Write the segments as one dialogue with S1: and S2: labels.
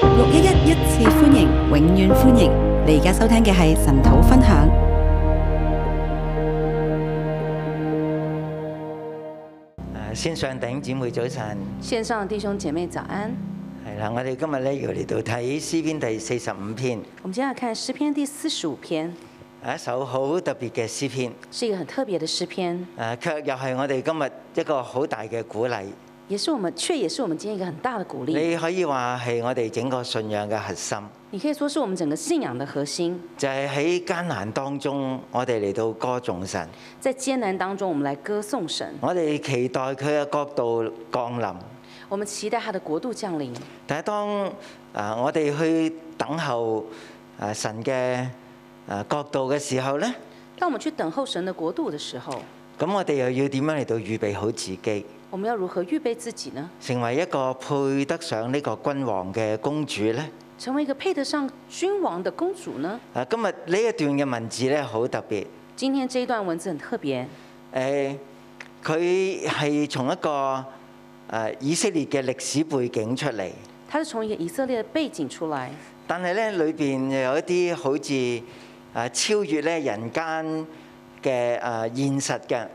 S1: 六一一一次歡迎，永遠歡迎！你而家收聽嘅係神土分享。
S2: 啊，線上頂姊妹早晨，
S3: 线上的弟兄姐妹早安，
S2: 係啦，我哋今日咧要嚟到睇詩篇第四十五篇，啊
S3: 我们接下来看诗篇第四十五篇，
S2: 一首好特別嘅詩篇，
S3: 是一个很特别的诗篇，
S2: 誒、啊，卻又係我哋今日一個好大嘅鼓勵。
S3: 也是我们却也是我们今天一个很大的鼓励。
S2: 你可以話係我哋整個信仰嘅核心，
S3: 你可以说是我们整个信仰的核心，
S2: 就係喺艱難當中，我哋嚟到歌頌神，
S3: 在艰難当中，我们来歌颂神，
S2: 我哋期待佢嘅國度降臨。
S3: 我们期待他的国度降临。
S2: 但係當啊我哋去等候啊神嘅啊國度嘅時候呢，
S3: 当我们去等候神的国度的时候，
S2: 咁我哋又要點樣嚟到預備好自己？
S3: 我們要如何预备自己呢？
S2: 成為一個配得上呢個君王嘅公主呢？
S3: 成为一个配得上君王的公主呢？
S2: 啊，今日呢一段嘅文字呢，好特別。誒、
S3: 今天这一段文字很特別，
S2: 佢係從一個呃以色列嘅歷史背景出嚟，
S3: 它是从一个以色列的背景出来，
S2: 但係呢裏邊又有一啲好似啊超越咧人間嘅啊現實嘅。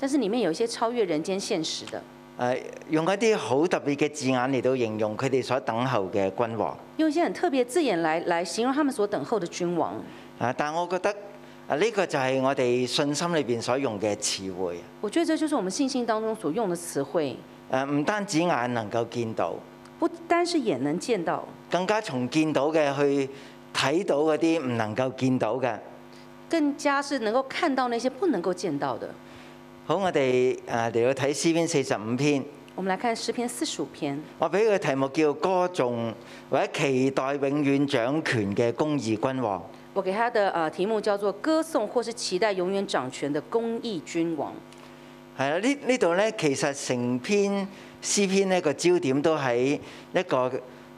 S3: 但是里面有一些超越人間現實的，
S2: 誒用一啲好特別嘅字眼嚟到形容佢哋所等候嘅君王
S3: 用一些很特别的字眼来来形容他们所等候的君王。
S2: 啊！但我覺得啊，呢個就係我哋信心裏邊所用嘅詞彙
S3: 我覺得這就是我們信心當中所用的詞彙，
S2: 誒，呃唔單止眼能夠見到，
S3: 不单是眼能見到，
S2: 更加從見到嘅去睇到嗰啲唔能夠見到嘅。
S3: 更加是能夠看到那些不能夠見到的。
S2: 好，我哋誒嚟到睇詩篇四十五篇，
S3: 我們來看詩篇四十五篇，
S2: 我俾佢嘅題目叫歌頌或者期待永遠掌權嘅公義君王。
S3: 我給他的呃題目叫做“歌頌或是期待永遠掌權的公義君王
S2: 係啦，呢呢度呢，其實成篇詩篇呢個焦點都喺一個誒、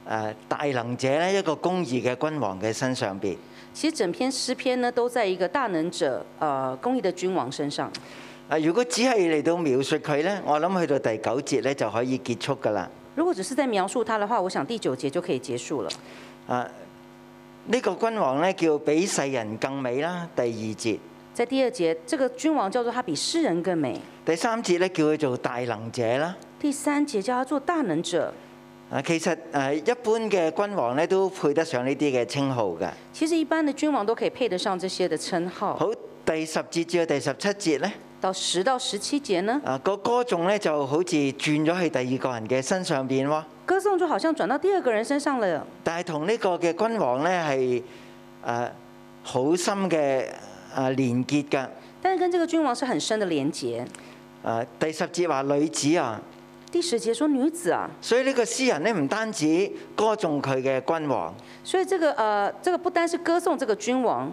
S2: 呃大能者呢一個公義嘅君王嘅身上邊。”。
S3: 其實整篇詩篇呢，都在一個大能者呃公義的君王身上。
S2: 啊，如果只係嚟到描述佢呢，我諗去到第九節呢就可以結束㗎啦。
S3: 如果只是在描述他的話，我想第九節就可以結束了。
S2: 啊，呢、個君王咧叫比世人更美啦，第二節；
S3: 在第二節，這個君王叫做他比世人更美。
S2: 第三節咧叫佢做大能者啦。
S3: 第三節叫他做大能者。
S2: 啊，其實誒、啊一般嘅君王咧都配得上呢啲嘅稱號嘅。
S3: 其實一般的君王都可以配得上這些的稱號。
S2: 好，第十節至到第十七節咧，
S3: 到十到十七節呢，
S2: 啊個歌頌咧就好似轉咗去第二個人嘅身上邊喎，
S3: 歌頌就好像轉到第二個人身上了，
S2: 但係同呢個嘅君王咧係誒好深嘅啊連結㗎。
S3: 但是跟這個君王是很深的連結。
S2: 啊，第十節話女子啊，
S3: 第十節說女子啊，
S2: 所以呢個詩人咧唔單止歌頌佢嘅君王。
S3: 所以這個呃，這個不單是歌頌這個君王，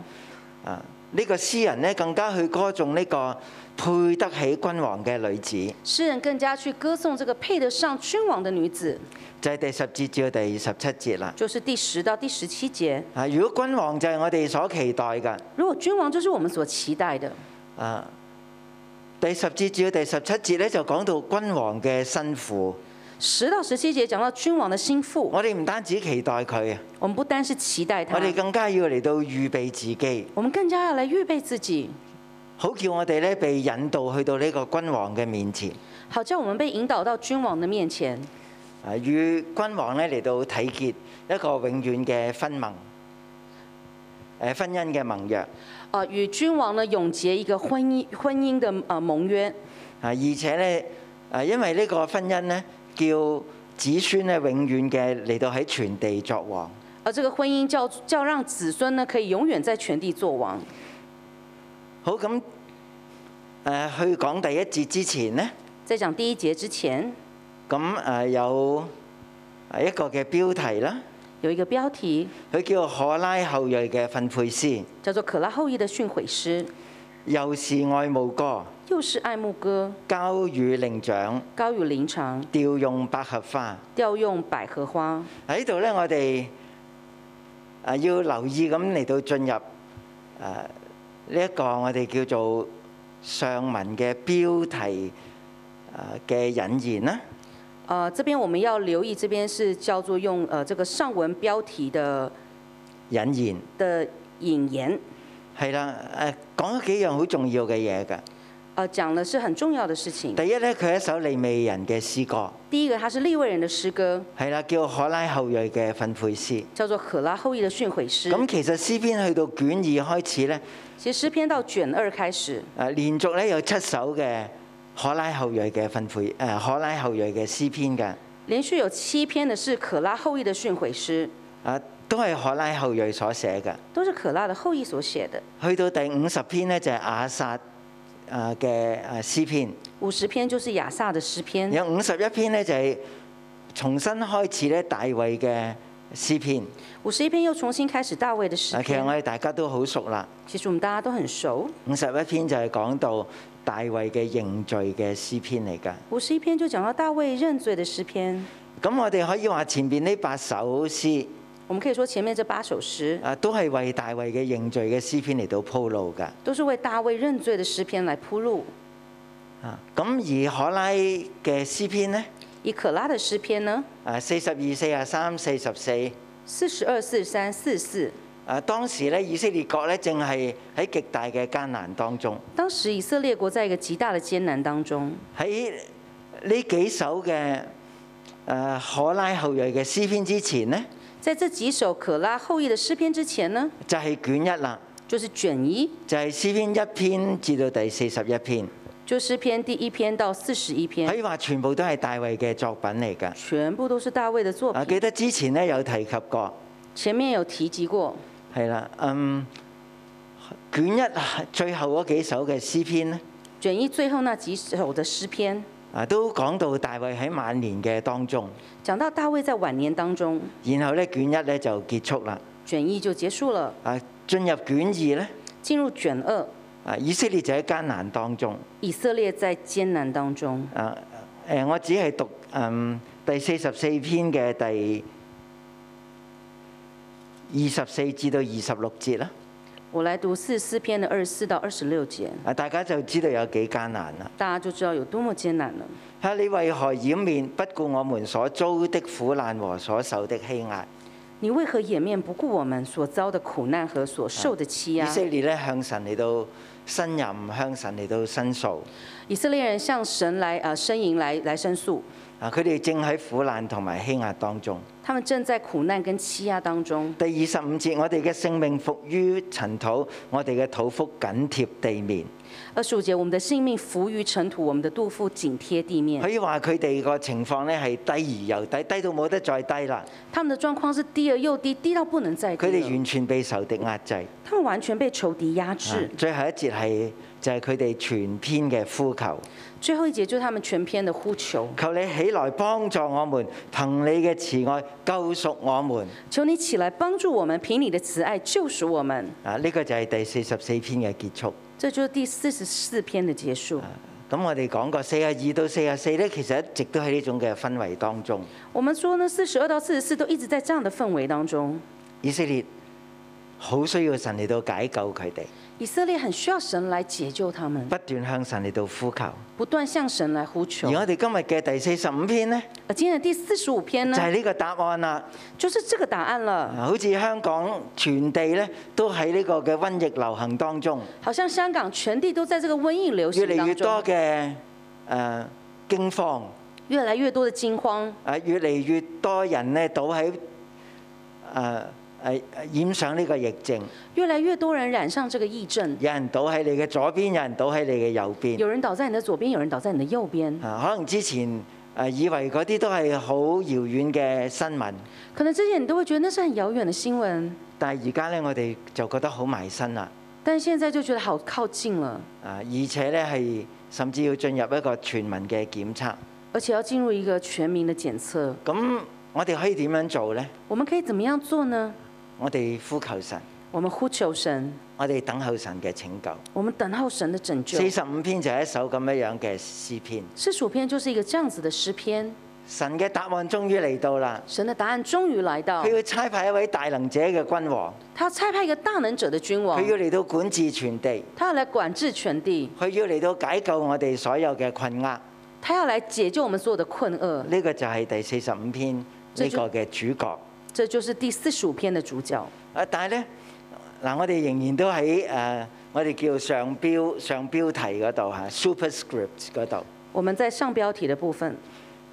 S2: 啊！呢、個詩人呢，更加去歌頌呢個配得起君王嘅女子，
S3: 詩人更加去歌頌這個配得上君王的女子，
S2: 就係、第十節至到第十七節啦。
S3: 就是第十到第十七節。
S2: 啊！如果君王就係我哋所期待嘅，
S3: 如果君王就是我們所期待的，
S2: 啊，第十節至到第十七節呢，就講到君王嘅辛苦。
S3: 十到十七節講到君王的心腹，
S2: 我哋唔單止期待佢，
S3: 我們不單是期待他
S2: 我，哋更加要嚟到預備自己，
S3: 我們更加要來預備自己，
S2: 好叫我哋呢被引導去到呢個君王嘅面前，
S3: 好叫我們被引導到君王的面前，
S2: 啊，與君王呢嚟到體結一個永遠嘅婚盟，誒婚姻嘅盟約。
S3: 呃，與君王呢永結一個婚姻婚姻的呃盟約，
S2: 啊，而且咧，啊，因為呢個婚姻咧，叫子孫咧永遠嘅嚟到喺全地作王。
S3: 而這個婚姻叫叫讓子孫呢可以永遠在全地作王。
S2: 好咁，誒、去講第一節之前咧，
S3: 在講第一節之前，
S2: 咁誒、有啊一個嘅標題啦，
S3: 有一個標題
S2: 佢叫可拉後裔嘅訓配師，
S3: 叫做《可拉後裔的訓誨詩》，
S2: 又是愛慕歌，
S3: 又是愛慕歌，
S2: 交與令長，
S3: 高於林場，
S2: 調用百合花。
S3: 調用百合花。
S2: 喺度咧，我哋啊要留意咁嚟到進入誒呢一個我哋叫做上文嘅標題啊嘅引言啦。
S3: 呃，这边我们要留意，这边是叫做用呃这个上文标题的
S2: 引言
S3: 的引言，
S2: 係啦，誒講咗幾樣好重要嘅嘢㗎。
S3: 呃，讲的是很重要的事情。
S2: 第一咧，佢係一首利未人嘅詩歌，
S3: 第一个，它是利未人的诗歌，
S2: 係啦，叫可拉後裔嘅訓悔詩。
S3: 叫做《可拉后裔的训诲诗》。
S2: 咁其實詩篇去到卷二開始咧，
S3: 其实诗篇到卷二开始，
S2: 誒連續咧有七首嘅可拉後裔嘅訓悔誒可拉後裔嘅詩篇㗎，
S3: 连续有七篇的是可拉后裔的训诲诗，
S2: 啊都係可拉後裔所寫㗎。
S3: 都是可拉的后裔所写的。
S2: 去到第五十篇咧就係亞撒啊嘅啊詩篇，
S3: 五十篇就是亚萨的诗篇，
S2: 有五十一篇咧就係重新開始咧大衛嘅詩篇。
S3: 五十一篇又重新开始大卫的诗
S2: 啊，其實我
S3: 篇。
S2: 哋大家都好熟啦。
S3: 其实我们大家都很熟，
S2: 五十一篇就係講到大衛嘅認罪嘅詩篇嚟㗎。
S3: 五十一篇就讲到大卫认罪的诗篇。
S2: 咁我哋可以話前邊呢八首詩
S3: 我们可以说前面这八首诗
S2: 啊，都係為大衛嘅認罪嘅詩篇嚟到鋪路㗎。
S3: 都是为大卫认罪的诗篇来铺路。
S2: 啊，咁而可拉嘅詩篇呢，
S3: 以可拉的诗篇呢，
S2: 啊四十二、四十三、四十四。
S3: 四十二、四十三、四十四，
S2: 啊，當時咧，以色列國咧正係喺極大嘅艱難當中，
S3: 当时以色列国在一个极大的艰難当中，
S2: 喺呢幾首嘅誒可拉後裔嘅詩篇之前呢，
S3: 在这几首可拉后裔的诗篇之前呢，
S2: 就係、卷一啦，
S3: 就是卷一，
S2: 就係、詩篇一篇至到第四十一篇，
S3: 就诗篇第一篇到四十一
S2: 可
S3: 篇，
S2: 以話全部都係大衛嘅作品嚟㗎。
S3: 全部都是大卫的作
S2: 啊，記
S3: 品。
S2: 得之前咧有提及過，
S3: 前面有提及过，
S2: 係啦，嗯，卷一最後嗰幾首嘅詩篇咧，
S3: 卷一最后那几首的诗篇，
S2: 啊都講到大衛喺晚年嘅當中，
S3: 讲到大卫在晚年当中，
S2: 然後咧卷一咧就結束啦，
S3: 卷一就结束了，
S2: 啊進入卷二咧。
S3: 进入卷二，
S2: 啊，以色列就喺艱難當中。
S3: 以色列在艰难当中。
S2: 啊，誒，我只係讀嗯第四十四篇嘅第二十四至到二十六節啦。
S3: 我来读四十四篇的二十四到二十六节，
S2: 啊，大家就知道有幾艱難啦。
S3: 大家就知道有多么艰难了。
S2: 啊，你為何掩面不顧我們所遭的苦難和所受的欺壓？
S3: 你为何掩面不顾我们所遭的苦难和所受的欺
S2: 以
S3: 压？
S2: 色列咧向神嚟到呻吟，向神嚟到申訴。
S3: 以色列人向神来呃呻吟来来申诉，
S2: 啊，佢哋正喺苦難同埋欺壓當中。
S3: 他们正在苦难跟欺压当中。
S2: 第二十五節，我哋嘅性命伏於塵土，我哋嘅肚腹緊貼地面。
S3: 二十五节，我们的性命浮于尘土，我们的肚腹紧贴地
S2: 可
S3: 面。
S2: 以話佢哋個情況咧係低而又低，低到冇得再低啦。
S3: 他们的状况是低而又低，低到不能再低
S2: 佢哋
S3: 了。
S2: 完全被仇敵壓制。
S3: 他们完全被仇敌压制
S2: 啊。最後一節係就係佢哋全篇嘅呼求，
S3: 最后一节就是他们全篇的呼求：
S2: 求你起來幫助我們，憑你嘅慈愛救贖我們。
S3: 求你起来帮助我们，凭你的慈爱救赎我们。
S2: 啊，呢、個就係第四十四篇嘅結束。
S3: 这就是第四十四篇的结束。
S2: 咁我哋講過四十二到四十四咧，其實一直都喺呢種嘅氛圍當中。
S3: 我们说呢，四十二到四十四都一直在这样的氛围当中。
S2: 以色列好需要神嚟到解救佢哋，
S3: 以色列很需要神来解救他们，
S2: 不斷向神嚟到呼求。
S3: 不断向神来呼
S2: 而
S3: 求。
S2: 我哋今日嘅第四十五篇呢，
S3: 而呃今天的第四十五篇
S2: 就
S3: 呢，
S2: 係呢個答案啦。啊
S3: 就是这个答案了。
S2: 好似香港全地咧都喺呢個嘅瘟疫流行當中，
S3: 好像香港全地都在这个瘟疫流
S2: 越
S3: 行
S2: 嚟越多
S3: 当中，
S2: 嘅誒驚慌，
S3: 越來越多的惊慌，
S2: 誒越嚟越多人咧倒喺誒誒染上呢個疫症，
S3: 越來越多人染上这个疫症。
S2: 有人倒喺你嘅左邊，有人倒喺你嘅右邊。
S3: 有人倒在你的左边，有人倒在你的右边。
S2: 啊，可能之前誒以為嗰啲都係好遙遠嘅新聞，
S3: 可能之前你都会觉得那是很遙遠的新闻，
S2: 但係而家咧我哋就覺得好埋身啦。
S3: 但现在就觉得好靠近了，
S2: 啊，而且咧係甚至要進入一個全民嘅檢測。
S3: 而且要进入一个全民的检测。
S2: 咁我哋可以點樣做呢？
S3: 我们可以怎么样做呢？
S2: 我哋呼求神，
S3: 我们呼求神，
S2: 我哋等候神嘅拯救。
S3: 我们等候神的拯救。
S2: 四十五篇就係一首咁樣樣嘅詩篇。
S3: 四十五篇就是一个这样子的诗篇，
S2: 神嘅答案終於嚟到啦！
S3: 神的答案终于来到
S2: 佢，要差派一位大能者嘅君王，
S3: 他要差派一个大能者的君王
S2: 佢，要嚟到管治全地，
S3: 他要来管制全地，
S2: 佢要嚟到解救我哋所有嘅困厄。
S3: 他要来解救我们所有的困厄，
S2: 呢個就係第四十五篇呢個嘅主角。
S3: 这就是第四十五篇的主角。
S2: 啊，但係咧，嗱，我哋仍然都喺誒、呃我哋叫上標上標題嗰度嚇，superscript 嗰度
S3: 我们在上标题的部分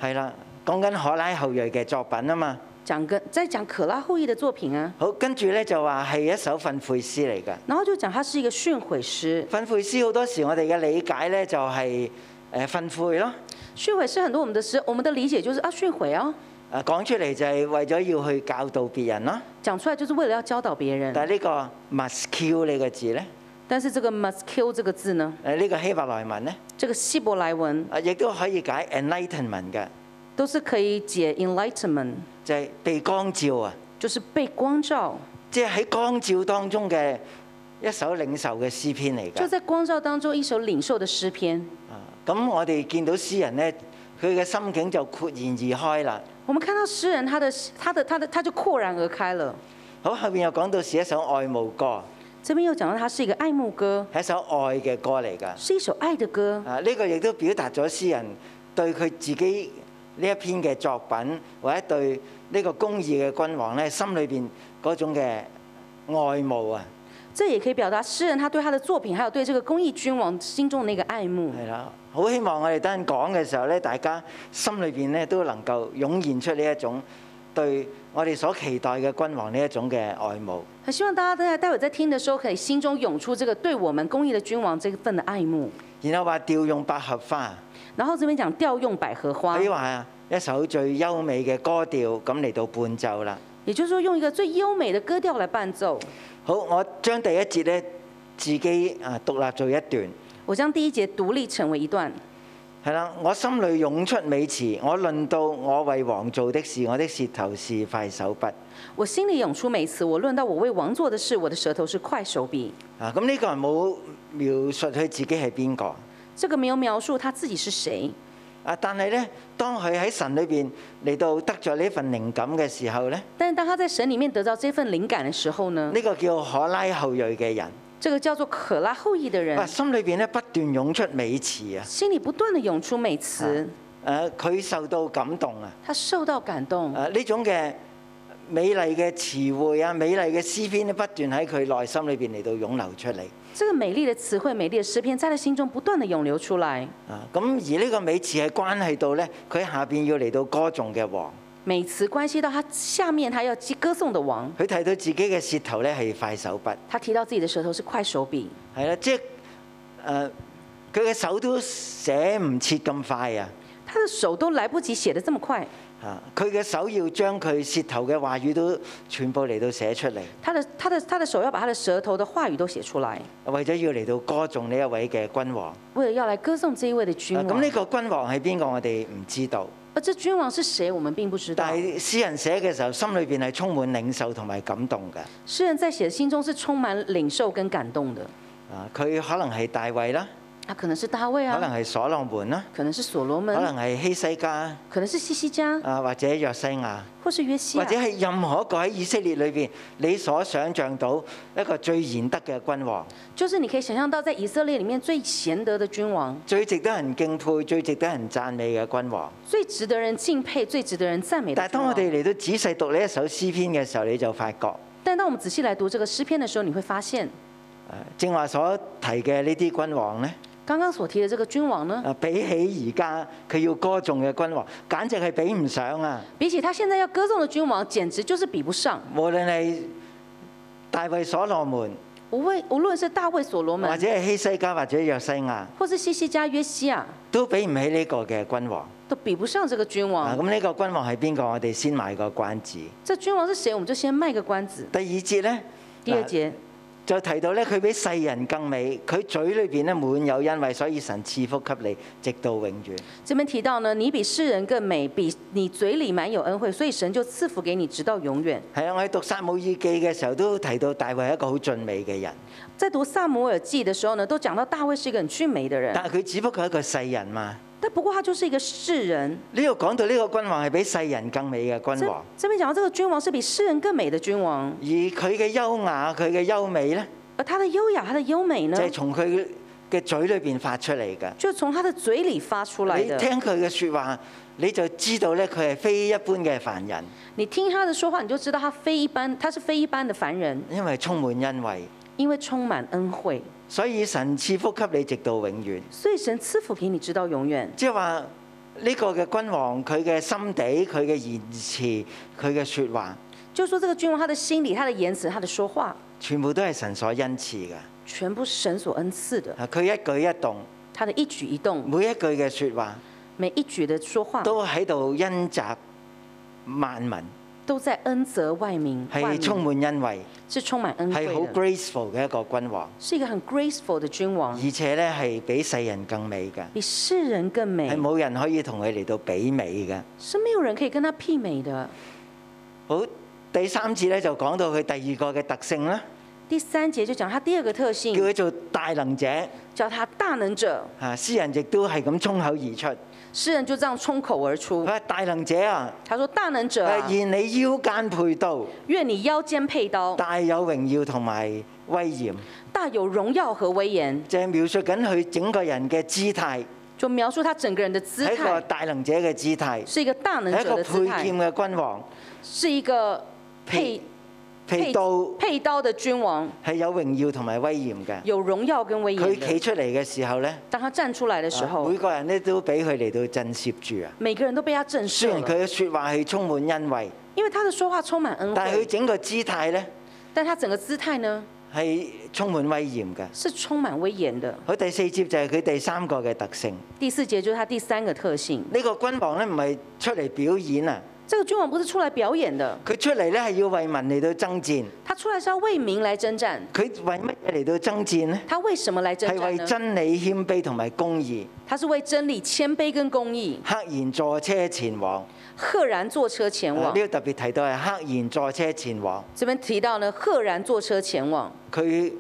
S2: 係啦，講緊可拉後裔嘅作品啊嘛。
S3: 讲跟在讲可拉后裔的作品啊，
S2: 好，跟住咧就話係一首訓悔詩嚟㗎。
S3: 然后就讲他是一个训诲师。
S2: 訓悔詩好多時我哋嘅理解咧就係誒訓悔咯，
S3: 训诲师很多我们的时我们的理解就是啊训诲啊，
S2: 誒講出嚟就係為咗要去教導別人咯。
S3: 讲出来就是为了要教导别人。
S2: 但係呢個 must kill 呢個字咧，
S3: 但是这个 must kill 这个字呢，
S2: 誒呢個希伯來文咧，
S3: 这个希伯来文
S2: 啊亦都可以解 enlightenment 嘅，
S3: 都是可以解 enlightenment，
S2: 就係被光照啊。
S3: 就是被光照，
S2: 即係喺光照當中嘅一首領受嘅詩篇嚟
S3: 就
S2: 㗎。
S3: 在光照当中一首领受的诗篇。
S2: 啊咁我哋見到詩人呢，佢嘅心境就豁然而開啦。
S3: 我们看到诗人他的他的他的他就豁然而开了。
S2: 好，後面又講到是一首愛慕歌，
S3: 这边又讲到他是一个爱慕歌，
S2: 係一首愛嘅歌嚟㗎。
S3: 是一首爱的歌，
S2: 啊，呢、個亦都表達咗詩人對佢自己呢一篇嘅作品，或者對呢個公義嘅君王呢，心裏邊嗰種嘅愛慕啊，
S3: 这也可以表达诗人他对他的作品，还有对这个公益君王心中的那个爱慕。
S2: 係啦。好希望我哋等陣講嘅時候呢，大家心裏邊呢都能夠湧現出呢一種對我哋所期待嘅君王呢一種嘅愛慕。
S3: 很希望大家在待会在听的时候，可以心中涌出这个对我们公益的君王这份的爱慕。
S2: 然後話調用百合花，
S3: 然后这边讲调用百合花
S2: 可以，話一首最優美嘅歌調咁嚟到伴奏啦。
S3: 也就是说用一个最优美的歌调来伴奏。
S2: 好，我將第一節呢自己啊獨立做一段。
S3: 我将第一节独立成为一段，
S2: 係啦，我心裏湧出美詞，我論到我為王做的事，我的舌頭是快手筆。
S3: 我心里涌出每次我论到我为王做的事，我的舌头是快手笔。
S2: 啊，咁呢個人冇描述佢自己係邊個
S3: 这个没有描述他自己是谁，
S2: 啊，但係呢，當佢喺神裏邊嚟到得咗呢份靈感嘅時候呢，呢、
S3: 但是当他在神里面得到这份灵感的时候呢，
S2: 個叫可拉後裔嘅人，
S3: 这个叫做可拉后裔的人
S2: 哇，，心裏邊呢不斷湧出美詞啊，
S3: 心里不断的涌出美词，
S2: 誒，佢受到感動啊，
S3: 他受到感动，
S2: 誒呢種嘅美麗嘅詞彙啊，美麗嘅詩篇呢，不斷喺佢內心裏邊嚟到湧流出嚟。
S3: 这个美丽的词汇、美丽的诗篇，在他心中不断的涌流出来。
S2: 啊，咁而呢個美詞係關係到咧，佢下邊要嚟到歌頌嘅王，
S3: 美词关系到他下面他要歌颂的王，
S2: 佢睇到自己嘅舌頭咧係快手筆，
S3: 他提到自己的舌头是快手笔，
S2: 係啦，即係誒佢嘅手都寫唔切咁快啊！
S3: 他的手都来不及写的这么快，
S2: 啊，佢嘅手要將佢舌頭嘅話語都全部嚟到寫出嚟，
S3: 他的他的他的手要把他的舌头的话语都写出来，
S2: 為咗要嚟到歌頌呢一位嘅君王。啊
S3: 为了要来歌颂这一位的君
S2: 啊咁
S3: 王
S2: 呢。個君王係邊個？我哋唔知道，
S3: 而这君王是谁，我们并不知道
S2: 但。係詩人寫嘅時候，心裏邊係充滿領受同埋感動嘅。
S3: 诗人在写的心中是充满领受跟感动的，
S2: 啊，佢可能係大衛啦，
S3: 他可能是大卫
S2: 可能
S3: 啊，
S2: 係所羅門啦，
S3: 可能是所罗
S2: 可
S3: 门，啊
S2: 能係希西家。
S3: 可能是西西家，
S2: 啊，或者約西亞，
S3: 或是约西
S2: 或
S3: 亚
S2: 者，係任何一個喺以色列裏邊，你所想像到一個最賢德嘅君王，
S3: 就是你可以想象到在以色列里面最贤德的君王，
S2: 最值得人敬佩、最值得人讚美嘅君王。
S3: 最值得人敬佩、最值得人赞美的
S2: 但係
S3: 君
S2: 當我
S3: 王。
S2: 哋嚟到仔細讀呢一首詩篇嘅時候，你就發覺，
S3: 但当我们仔细来读这个诗篇的时候，你会发现，
S2: 啊正話所提嘅呢啲君王呢，
S3: 刚刚所提的这个君王呢，
S2: 啊，比起而家佢要歌頌嘅君王，簡直係比唔上啊！
S3: 比起他现在要歌颂的君王，简直就是比不上。
S2: 無論係大衛、所羅門，
S3: 无论无论是大卫、所罗
S2: 或
S3: 门，
S2: 者係希西家，或者約西亞，
S3: 或是西西家、约西亚，
S2: 都比唔起呢個嘅君王。
S3: 都比不上这个君
S2: 啊，
S3: 王。
S2: 咁呢個君王係邊個？我哋先賣個關子。
S3: 这君王是谁？我们就先卖个关子。
S2: 第二節呢，
S3: 第二
S2: 嗱
S3: 节，
S2: 就提到咧，佢比世人更美，佢嘴裏邊咧滿有恩惠，所以神賜福給你，直到永遠。
S3: 这边提到呢，你比世人更美，比你嘴里满有恩惠，所以神就赐福给你，直到永远。
S2: 係啊，我喺讀撒母耳記嘅時候都提到大衛係一個好俊美嘅人，
S3: 在读萨姆耳记的时候呢，都讲到大卫是一个很俊美的人，
S2: 但係佢只不過係一個世人嘛。
S3: 但不过他就是一个世人。
S2: 呢度講到呢個君王係比世人更美嘅君
S3: 这
S2: 王，
S3: 这边讲到这个君王是比世人更美的君王，
S2: 而佢嘅優雅、佢嘅優美呢，
S3: 而他的优雅，他的优美呢
S2: 就，係從佢嘅嘴裏邊發出嚟嘅。
S3: 就從他的嘴裡發出來
S2: 你
S3: 的。
S2: 聽佢嘅説話，你就知道咧佢係非一般嘅凡人，
S3: 你聽他的說話，你就知道他非一般，他是非一般的凡人，
S2: 因為充滿恩惠。
S3: 因為充滿恩惠，
S2: 所以神賜福給你直到永遠，
S3: 所以神賜福給你，直到永遠。
S2: 即係話呢個嘅君王佢嘅心地、佢嘅言辭、佢嘅説話，
S3: 就說這個君王他的心理、他的言辭、他的說話，
S2: 全部都係神所恩賜嘅。
S3: 全部是神所恩賜的。
S2: 啊佢一舉一動，
S3: 他的一舉一動，
S2: 每一句嘅説話
S3: 每一舉的說話，
S2: 都喺度恩澤萬民，
S3: 都在恩澤外民，外
S2: 係
S3: 民
S2: 充滿恩惠，
S3: 是充滿恩惠
S2: 係好
S3: 的，
S2: graceful 嘅一個君王，
S3: 是一個很 graceful 的君王，
S2: 而且咧係比世人更美嘅，
S3: 比世人更美
S2: 係，冇人可以同佢嚟到比美嘅。
S3: 是沒有人可以跟他媲美的。
S2: 好，第三節咧就講到佢第二個嘅特性啦，
S3: 第三節就講他第二個特
S2: 叫
S3: 性，
S2: 佢做大能者。
S3: 叫他大能者。
S2: 啊，詩人亦都係咁衝口而出。
S3: 詩人就這樣衝口而出
S2: 佢，話大能者啊，
S3: 他說：“大能者、啊
S2: 誒，現你腰間佩刀，
S3: 愿你腰間佩刀，
S2: 大有榮耀同埋威嚴，
S3: 大有榮耀和威嚴。
S2: 就係描述緊佢整個人嘅姿態，”
S3: 就描述他整個人的姿
S2: 係一個
S3: 態，
S2: 大能者嘅姿態，
S3: 是一個大能
S2: 係一
S3: 者
S2: 個
S3: 的姿
S2: 配劍
S3: 態，
S2: 嘅君王，
S3: 是一個配
S2: 佩刀
S3: 配刀的君王，
S2: 係有榮耀同埋威嚴嘅。
S3: 有榮耀跟威
S2: 佢
S3: 嚴
S2: 企
S3: 的。
S2: 出嚟嘅時候呢，
S3: 當他站出來的時
S2: 啊
S3: 候
S2: 每，個人咧都俾佢嚟到震懾住啊。
S3: 每個人都被他震
S2: 雖然
S3: 懾了，
S2: 佢嘅説話係充滿恩惠，
S3: 因為他的說話充滿恩
S2: 但係佢
S3: 惠，
S2: 整個姿態呢
S3: 但他整個姿態呢
S2: 係充滿威嚴嘅。
S3: 是充滿威嚴的。
S2: 好，第四節就係佢第三個嘅特性。
S3: 第四節就是他第三個特性，
S2: 呢個君王咧唔係出嚟表演啊，
S3: 這個君王不是出來表演的，
S2: 佢出嚟咧係要為民嚟到爭戰。
S3: 他出來是要為民來征戰。
S2: 佢為乜嘢嚟到爭戰呢？
S3: 他為什麼來征
S2: 係為
S3: 戰啊呢？
S2: 真理、謙卑同埋公義，
S3: 他是為真理、謙卑跟公義，
S2: 赫然坐車前往。
S3: 赫然坐車前
S2: 啊呢
S3: 往。
S2: 個特別提到係赫然坐車前往，
S3: 这邊提到呢，赫然坐車前往，
S2: 佢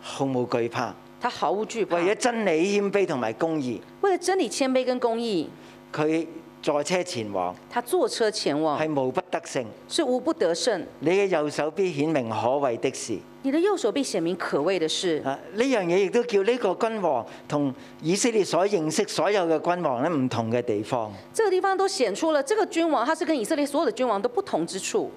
S2: 毫無懼怕，
S3: 他毫無懼怕。
S2: 為咗真理、謙卑同埋公義，
S3: 為了真理、謙卑跟公義，
S2: 佢坐車前往
S3: 他坐車前往
S2: 係無不得勝。
S3: 是無不得勝。
S2: 你嘅右手必顯明可畏的事。
S3: 你的右手臂顯明可畏的事，
S2: 啊！呢樣嘢亦都叫呢個君王同以色列所認識所有嘅君王咧唔同嘅地方，
S3: 這個地方都顯出了這個君王，他是跟以色列所有的君王都不同之處。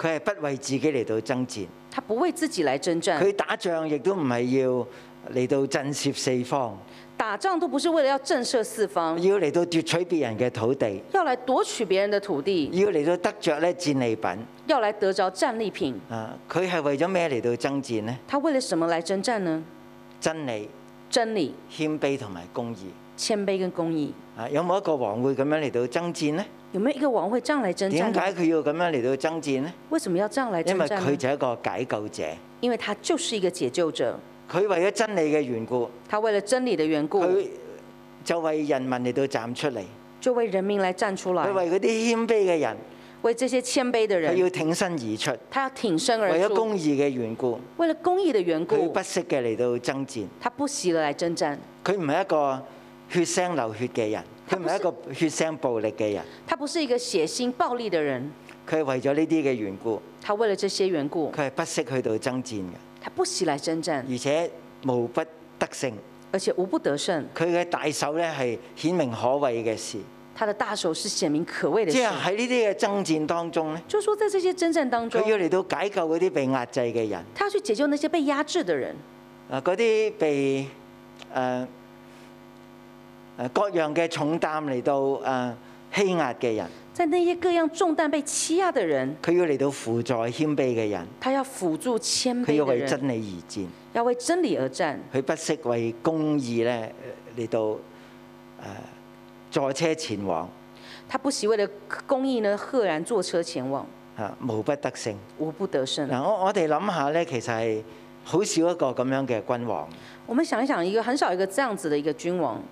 S2: 佢係不為自己嚟到爭戰，
S3: 他不為自己來征戰，
S2: 佢打仗亦都唔係要嚟到震攝四方，
S3: 打仗都不是為了要震懾四方，
S2: 要嚟到奪取別人嘅土地，
S3: 要來奪取別人的土地，
S2: 要嚟到得着咧戰利品。
S3: 要來得着戰利品。
S2: 啊！佢係為咗咩嚟到爭戰呢？
S3: 他為了什麼來征戰呢？
S2: 真理、
S3: 真理、
S2: 謙卑同埋公義。
S3: 謙卑跟公義。
S2: 啊！有冇一個王會咁樣嚟到爭戰呢？
S3: 有沒有一個王會這樣來征戰
S2: 點
S3: 呢？
S2: 解佢要咁樣嚟到爭戰呢？
S3: 為什麼要這樣來
S2: 因
S3: 征
S2: 為
S3: 戰
S2: 佢
S3: 呢？
S2: 就係一個解救者，
S3: 因為他就是一個解救者，
S2: 佢為咗真理嘅緣故。
S3: 他為了真理的緣故，
S2: 佢就為人民嚟到站出嚟，
S3: 就為人民來站出來
S2: 佢，為嗰啲謙卑嘅人，
S3: 為這些謙卑的
S2: 佢
S3: 人，
S2: 要挺身而出，
S3: 他要挺身而
S2: 為咗
S3: 出，
S2: 公義嘅緣故，
S3: 為了公義的緣
S2: 佢
S3: 故
S2: 不，惜嘅嚟到爭戰。
S3: 他不惜的來征戰，
S2: 佢唔係一個血腥流血嘅人，佢唔係一個血腥暴力嘅人，
S3: 他不是一個血腥暴力的人，
S2: 佢係為咗呢啲嘅緣故，
S3: 他為了這些緣故，
S2: 佢係不惜去到爭戰嘅，
S3: 他不惜來征戰，
S2: 而且無不得勝。
S3: 而且無不得勝。
S2: 佢嘅大手咧係顯明可畏嘅事，
S3: 他的大手是顯明可畏的
S2: 即
S3: 事
S2: 係。喺呢啲嘅爭戰當中咧，
S3: 就說在這些征戰當中
S2: 佢，要嚟到解救嗰啲被壓制嘅人。
S3: 他要去解救那些被壓制的人，
S2: 啊！嗰啲被呃誒誒各樣嘅重擔嚟到誒欺壓嘅人，
S3: 在那些各樣重擔被欺壓的人，
S2: 佢要嚟到輔助謙卑嘅人，
S3: 他要輔助謙
S2: 佢
S3: 卑
S2: 要
S3: 的
S2: 為
S3: 人，
S2: 真理而戰，
S3: 要為真理而戰，
S2: 佢不惜為公義咧嚟到誒、呃坐車前往
S3: 他不惜為了公義呢，赫然坐車前往，
S2: 啊，無不得勝。
S3: 無不得勝。
S2: 嗱，我我哋諗下咧，其實係好少一個咁樣嘅君王，
S3: 我們想一想，一個很少有一個這樣子的一個君王，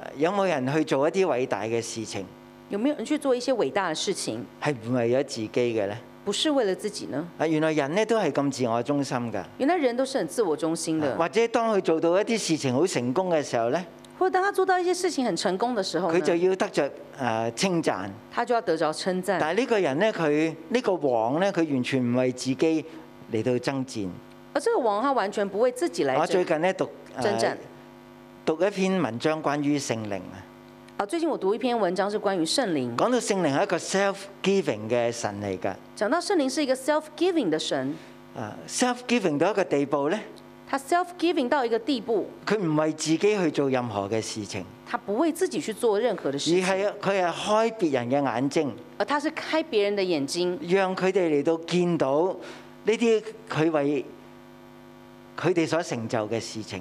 S2: 呃有冇人去做一啲偉大嘅事情
S3: 有沒有人去做一些偉大的事情，
S2: 係唔為咗自己嘅咧？
S3: 不是為了自己呢？
S2: 啊，原來人咧都係咁自我中心㗎。啊
S3: 原來人都是很自我中心的，
S2: 或者當佢做到一啲事情好成功嘅時候呢，
S3: 或者當他做到一些事情很成功的時候
S2: 佢就
S3: 呢，
S2: 要得着誒、呃稱讚。
S3: 他就要得着稱讚。
S2: 但係呢個人呢，佢呢、個王呢，佢完全唔為自己嚟到爭戰，
S3: 而这个王他完全不为自己来
S2: 我
S3: 征
S2: 最近咧讀
S3: 征
S2: 誒
S3: 战。
S2: 讀一篇文章關於聖靈啊，
S3: 啊，最近我读一篇文章是关于圣灵，
S2: 講到聖靈係一個 self-giving 嘅神嚟㗎。
S3: 讲到圣灵是一个 self giving 的神，
S2: 啊，self-giving 到一個地步咧，
S3: 他 self giving 到一个地步，
S2: 佢唔為自己去做任何嘅事情，
S3: 他不为自己去做任何的
S2: 而
S3: 事情，
S2: 係啊佢係開別人嘅眼睛，
S3: 而他是开别人的眼睛，
S2: 讓佢哋嚟到見到呢啲佢為佢哋所成就嘅事情，